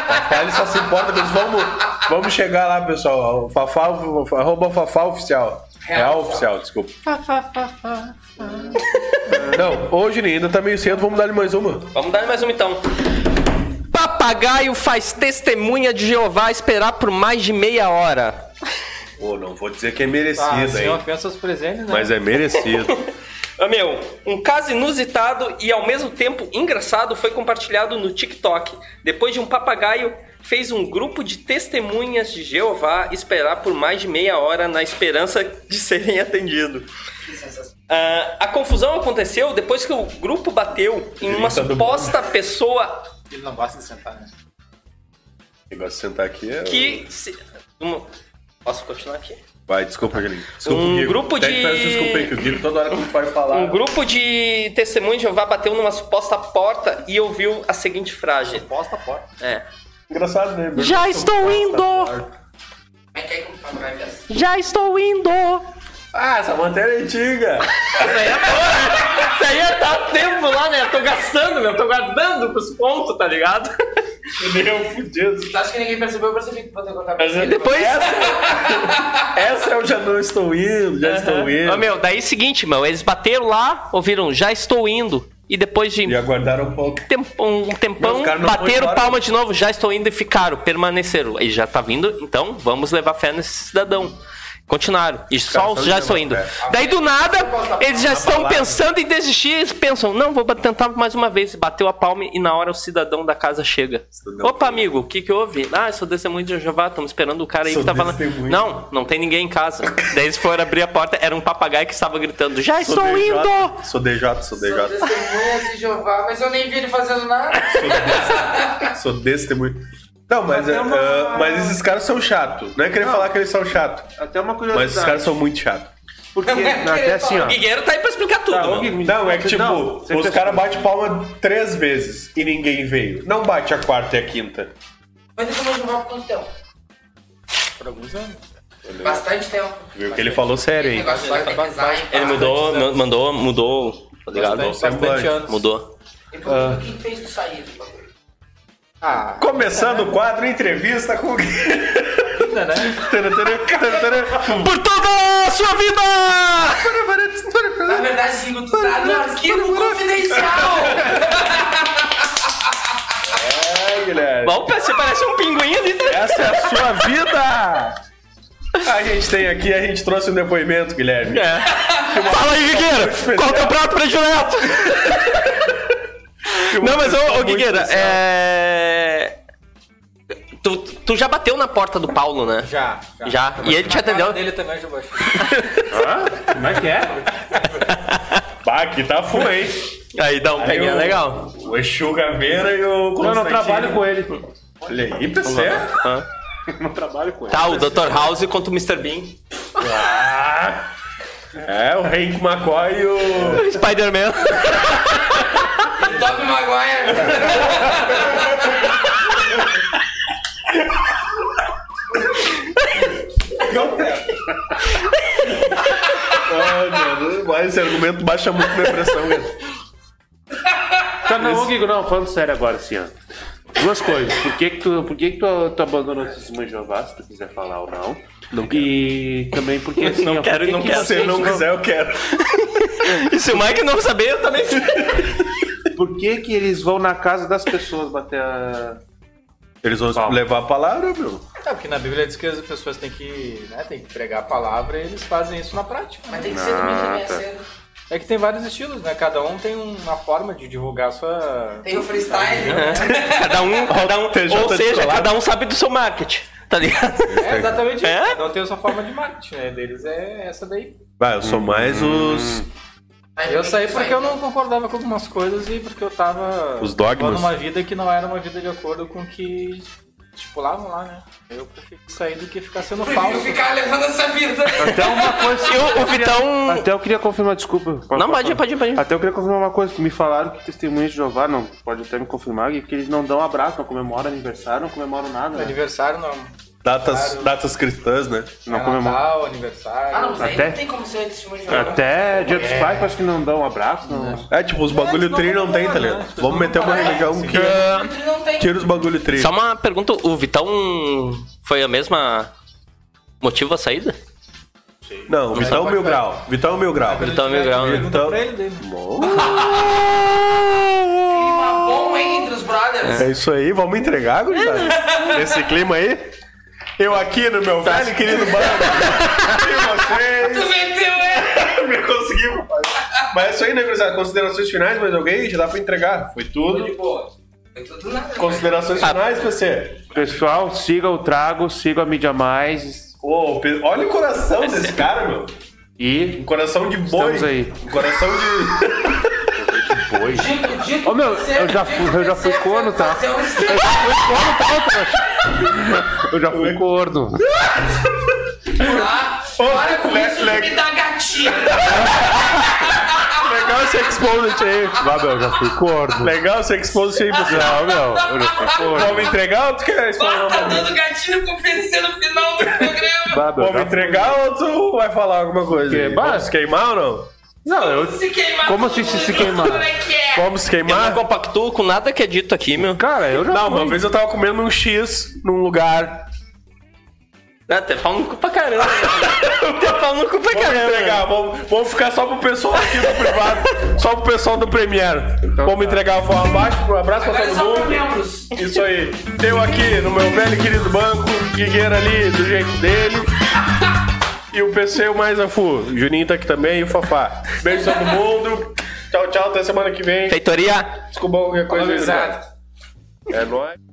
Speaker 1: Fafá, ele só se importa com isso. Vamos, vamos chegar lá, pessoal. O Fafá, o Fafá- arroba Fafá oficial. Real, oficial, desculpa. Não, hoje ainda tá meio cedo, vamos dar-lhe mais uma.
Speaker 5: Vamos dar mais um então. Papagaio faz testemunha de Jeová esperar por mais de meia hora.
Speaker 1: Pô, não vou dizer que é
Speaker 2: Ah,
Speaker 1: merecido,
Speaker 2: sem
Speaker 1: hein?
Speaker 2: ofensa aos presentes, né?
Speaker 1: Mas é merecido.
Speaker 5: Ah, Meu, um caso inusitado e ao mesmo tempo engraçado foi compartilhado no TikTok. Depois de um papagaio fez um grupo de testemunhas de Jeová esperar por mais de meia hora na esperança de serem atendidos. Ah, a confusão aconteceu depois que o grupo bateu em uma
Speaker 1: Grita do
Speaker 5: suposta pessoa
Speaker 2: Ele não gosta de sentar, né?
Speaker 1: Quem gosta de sentar aqui é.
Speaker 5: que. se- uma- Posso continuar aqui?
Speaker 1: Vai, desculpa, Janine. Desculpa,
Speaker 5: Um
Speaker 1: Guigo.
Speaker 5: grupo
Speaker 1: Até
Speaker 5: de-
Speaker 1: que peço Desculpa aí, que o Guigo toda hora que tu vai falar. é
Speaker 5: Um grupo de testemunhas de Jeová bateu numa suposta porta e ouviu a seguinte frase.
Speaker 2: Posta a porta.
Speaker 5: É.
Speaker 1: Engraçado, né?
Speaker 5: Já estou indo!
Speaker 3: Como é que é que o papai faz?
Speaker 5: Já estou indo!
Speaker 1: Ah, essa matéria é antiga.
Speaker 5: Isso aí é boa! Isso aí é tá tempo lá, né? Eu tô gastando, meu. Tô guardando pros pontos, tá ligado?
Speaker 1: Meu fudido.
Speaker 3: Tu acha que ninguém percebeu? Eu percebi que pode contar pra
Speaker 1: Mas é
Speaker 3: ele.
Speaker 5: Depois.
Speaker 1: Essa eu já não estou indo, já estou indo.
Speaker 5: Ó, meu, daí é o seguinte, meu. Eles bateram lá, ouviram, já estou indo. E depois de
Speaker 1: E aguardaram um pouco.
Speaker 5: tempo- um tempão,
Speaker 1: Meu, os caras não foram
Speaker 5: bateram
Speaker 1: embora.
Speaker 5: palma de novo, já estou indo e ficaram, permaneceram. E já tá vindo, então vamos levar fé nesse cidadão. Continuaram. E só
Speaker 1: caras né?
Speaker 5: os
Speaker 1: só
Speaker 5: já
Speaker 1: levam
Speaker 5: estou indo.
Speaker 1: fé.
Speaker 5: Daí do nada, eles já estão pensando em desistir, eles pensam, não, vou ba- tentar mais uma vez. Bateu a palma e na hora o cidadão da casa chega.
Speaker 1: Cidadão.
Speaker 5: Opa, amigo, o que que houve? Ah, eu sou testemunho de Jeová, estamos esperando o cara aí
Speaker 1: Sou
Speaker 5: que tá falando.
Speaker 1: testemunho.
Speaker 5: Não, não tem ninguém em casa. Daí eles foram abrir a porta, era um papagaio que estava gritando, já
Speaker 1: Sou
Speaker 5: estou
Speaker 1: DJ,
Speaker 5: indo!
Speaker 1: Sou DJ, sou
Speaker 3: Sou
Speaker 1: DJ.
Speaker 3: testemunha de Jeová, mas eu nem vi ele fazendo nada.
Speaker 1: Sou testemunho. Não, mas,
Speaker 4: Até uma-
Speaker 1: ah, mas esses caras são chatos. Não é querer falar que eles são chatos.
Speaker 4: Até uma
Speaker 1: Mas
Speaker 4: curiosidade.
Speaker 1: esses caras são muito chatos.
Speaker 4: Porque,
Speaker 5: é
Speaker 4: até assim, ó.
Speaker 5: O Guigueiro tá aí pra explicar tudo, mano.
Speaker 1: Não, é que tipo,
Speaker 4: Não, sempre
Speaker 1: os
Speaker 4: assim.
Speaker 1: caras batem palma três vezes e ninguém veio. Não bate a quarta e a quinta.
Speaker 3: Mas ele tomou Jeová por quanto tempo?
Speaker 2: Por alguns anos.
Speaker 3: Bastante tempo.
Speaker 1: Viu que ele falou sério,
Speaker 3: Esse
Speaker 1: hein?
Speaker 3: negócio de vai ter que usar, hein?
Speaker 5: Ele é mudou, ma- mandou, mudou, tá ligado?
Speaker 2: Bastante,
Speaker 1: Sem
Speaker 2: bastante
Speaker 1: banho.
Speaker 2: anos.
Speaker 5: Mudou.
Speaker 3: E
Speaker 6: Ah.
Speaker 3: por que que fez tu sair do bagulho?
Speaker 2: Ah,
Speaker 1: Começando o quadro, entrevista com o
Speaker 2: ainda, né?
Speaker 5: Por toda a sua vida!
Speaker 3: Na verdade, Zingo, tu tá no arquivo confidencial!
Speaker 1: Ai, Guilherme.
Speaker 5: Bom, você parece um pinguim ali, tá?
Speaker 1: Essa é a sua vida! A gente tem aqui, a gente trouxe um depoimento, Guilherme.
Speaker 5: Fala aí, Guigueira! Qual é o teu prato predileto? Não, mas ô, é- ô
Speaker 1: Muito
Speaker 5: Guigueira,
Speaker 1: especial.
Speaker 5: é... Tu, tu já bateu na porta do Paulo, né?
Speaker 2: Já.
Speaker 5: Já. E ele te
Speaker 2: A cara
Speaker 5: atendeu?
Speaker 2: dele também eu já baixei.
Speaker 4: Como é que é?
Speaker 1: Bah, aqui tá full, hein?
Speaker 5: Aí dá um peguinho
Speaker 1: eu-
Speaker 5: legal.
Speaker 1: O Exu Gaveira e o
Speaker 4: Eu não
Speaker 1: Constantino.
Speaker 4: trabalho com ele.
Speaker 1: Olha aí, PC.
Speaker 5: Hã?
Speaker 4: Não trabalho com ele.
Speaker 5: Tá, o Dr. House contra o Mr. Bean.
Speaker 1: Ah, é, o Hank McCoy e o...
Speaker 5: Spider-Man.
Speaker 3: Top Maguire!
Speaker 1: Ah, meu, mas esse argumento baixa muito minha pressão, cara.
Speaker 4: Tá, não, ô, Guigo, não, falando sério agora, assim, ó. Duas coisas. Por que que tu, por que que tu, tu abandonou Testemunho de Jeová, se tu quiser falar ou não? Não quero. E também porque, assim,
Speaker 5: Não
Speaker 4: ó,
Speaker 5: quero
Speaker 4: por que
Speaker 5: e não
Speaker 4: que
Speaker 5: quero.
Speaker 1: Se
Speaker 4: vocês
Speaker 1: ele não quiser, eu quero.
Speaker 5: E se o Mike não saber, eu também sei.
Speaker 4: Por que que eles vão na casa das pessoas bater a...
Speaker 1: Eles vão
Speaker 4: Palma.
Speaker 1: levar a palavra, meu.
Speaker 6: É, porque na Bíblia diz que as pessoas têm que, né, têm que pregar a palavra e eles fazem isso na prática. né?
Speaker 3: Mas tem que ser domingo de manhã cedo.
Speaker 6: É que tem vários estilos, né? Cada um tem uma forma de divulgar a sua.
Speaker 3: Tem o freestyle. né?
Speaker 6: É.
Speaker 5: Cada um, cada um.
Speaker 1: TJ
Speaker 5: Ou seja,
Speaker 1: descolado.
Speaker 5: cada um sabe do seu marketing. Tá ligado?
Speaker 6: É exatamente isso.
Speaker 5: É?
Speaker 6: Cada um tem a sua forma de marketing, né? Deles é essa daí.
Speaker 1: Vai, eu sou mais os...
Speaker 3: Mas
Speaker 6: Eu
Speaker 3: tem
Speaker 6: saí
Speaker 3: que
Speaker 6: porque eu não concordava com algumas coisas e porque eu tava
Speaker 1: Os dogmas.
Speaker 6: levando uma vida que não era uma vida de acordo com o que estipulavam lá, né? Eu prefiro sair do que ficar sendo
Speaker 3: Eu prefiro
Speaker 6: falso.
Speaker 3: ficar levando essa vida.
Speaker 4: Até uma coisa...
Speaker 5: E o, o Vitão.
Speaker 4: Até eu queria confirmar, desculpa. Pode-
Speaker 5: Não, pode
Speaker 4: pode
Speaker 5: ir, pode ir, pode ir.
Speaker 4: Até eu queria confirmar uma coisa, que me falaram que testemunhas de Jeová, não, pode até me confirmar, Gui, que eles não dão abraço, não comemoram aniversário, não comemoram nada, né?
Speaker 6: Aniversário não.
Speaker 1: Datas, datas cristãs, né?
Speaker 4: Não
Speaker 6: é
Speaker 4: comemoram.
Speaker 6: Natal, aniversário.
Speaker 3: Ah, não, mas aí
Speaker 4: Até-
Speaker 3: não tem como ser testemunho de Jeová.
Speaker 4: Até Dia dos Pais, acho que não dão abraço, não.
Speaker 1: É, tipo, os bagulho
Speaker 6: não
Speaker 1: tri não tem, tá
Speaker 6: comemoram,
Speaker 1: ligado?
Speaker 6: né? Tipo,
Speaker 1: Vamos
Speaker 6: não
Speaker 1: meter uma
Speaker 3: parece,
Speaker 1: religião
Speaker 6: sim.
Speaker 1: que
Speaker 3: Não tem.
Speaker 1: tira os bagulho tri.
Speaker 5: Só uma pergunta, o Vitão foi a mesma motivo a saída?
Speaker 1: Não, Vitão Mil Grau. Vitão Mil Grau.
Speaker 5: Vitão Mil Grau, né?
Speaker 6: Pergunta
Speaker 1: Então-
Speaker 6: pra ele dele.
Speaker 3: Clima bom hein, entre os brothers.
Speaker 1: É isso aí, vamos entregar, gurizada? Esse clima aí? Eu aqui no meu velho e querido banco. E
Speaker 3: Tu
Speaker 1: vocês?
Speaker 3: meteu ele.
Speaker 1: Me conseguimos. Mas é isso aí, né, gurizada? Considerações finais, mais alguém? Já dá pra entregar. Foi tudo.
Speaker 3: De boa. Foi tudo nada.
Speaker 1: Considerações finais, PC.
Speaker 4: Pessoal, siga o Trago, siga a Mídia Mais
Speaker 1: Ô, Pe- olha o coração desse cara, meu.
Speaker 4: e...
Speaker 1: Um coração de boi.
Speaker 4: Estamos aí.
Speaker 1: Um coração de.
Speaker 3: Digo, digo,
Speaker 4: Ô, meu, eu já fui- eu já fui corno, tá?
Speaker 3: Fazer um stand-
Speaker 4: Eu já fui corno.
Speaker 3: tá? Para com
Speaker 1: le-
Speaker 3: isso,
Speaker 1: le-
Speaker 3: me dá gatinho.
Speaker 4: Legal esse Exponent aí. Ah, meu, eu já fui corno.
Speaker 1: Legal você expôs isso aí, PC.
Speaker 4: Não, meu, eu já fui corno.
Speaker 1: Vamos entregar ou tu quer expor
Speaker 3: Tá
Speaker 1: uma
Speaker 3: dando gatinho com o PC no final do
Speaker 4: Ah,
Speaker 3: programa.
Speaker 4: meu, eu já
Speaker 1: Vamos
Speaker 4: fui-
Speaker 1: entregar ou tu vai falar alguma coisa?
Speaker 4: Que
Speaker 1: aí?
Speaker 4: basta.
Speaker 1: Vamos se queimar ou não?
Speaker 4: Não, eu...
Speaker 3: Se queimar.
Speaker 4: Como
Speaker 3: todo
Speaker 4: assim se- se
Speaker 3: mundo,
Speaker 4: queimar?
Speaker 3: Como é que é?
Speaker 1: Vamos se
Speaker 5: Eu não
Speaker 1: queimar?
Speaker 5: compactuo com nada que é dito aqui, meu.
Speaker 4: Cara, eu já
Speaker 1: Não,
Speaker 4: fui.
Speaker 1: uma vez eu tava comendo um X num lugar.
Speaker 5: Até É, pau no cu pra caramba. né? Até pau no cu pra
Speaker 1: Vamos
Speaker 5: caramba.
Speaker 1: entregar, vamos, vamos ficar só pro pessoal aqui do privado, só pro pessoal do Premiere. vamos entregar a forma abaixo, um abraço pra
Speaker 3: Agora
Speaker 1: todo
Speaker 3: só
Speaker 1: mundo.
Speaker 3: pra membros.
Speaker 1: Isso aí. Eu aqui no meu velho e querido banco, Guigueira ali do jeito dele. E o PC o mais afu. Juninho tá aqui também e o Fafá. Beijo todo mundo. Tchau, tchau. Até semana que vem.
Speaker 5: Feitoria.
Speaker 1: Desculpa qualquer coisa. aí,
Speaker 6: Valorizado.
Speaker 1: Eduardo. É nóis.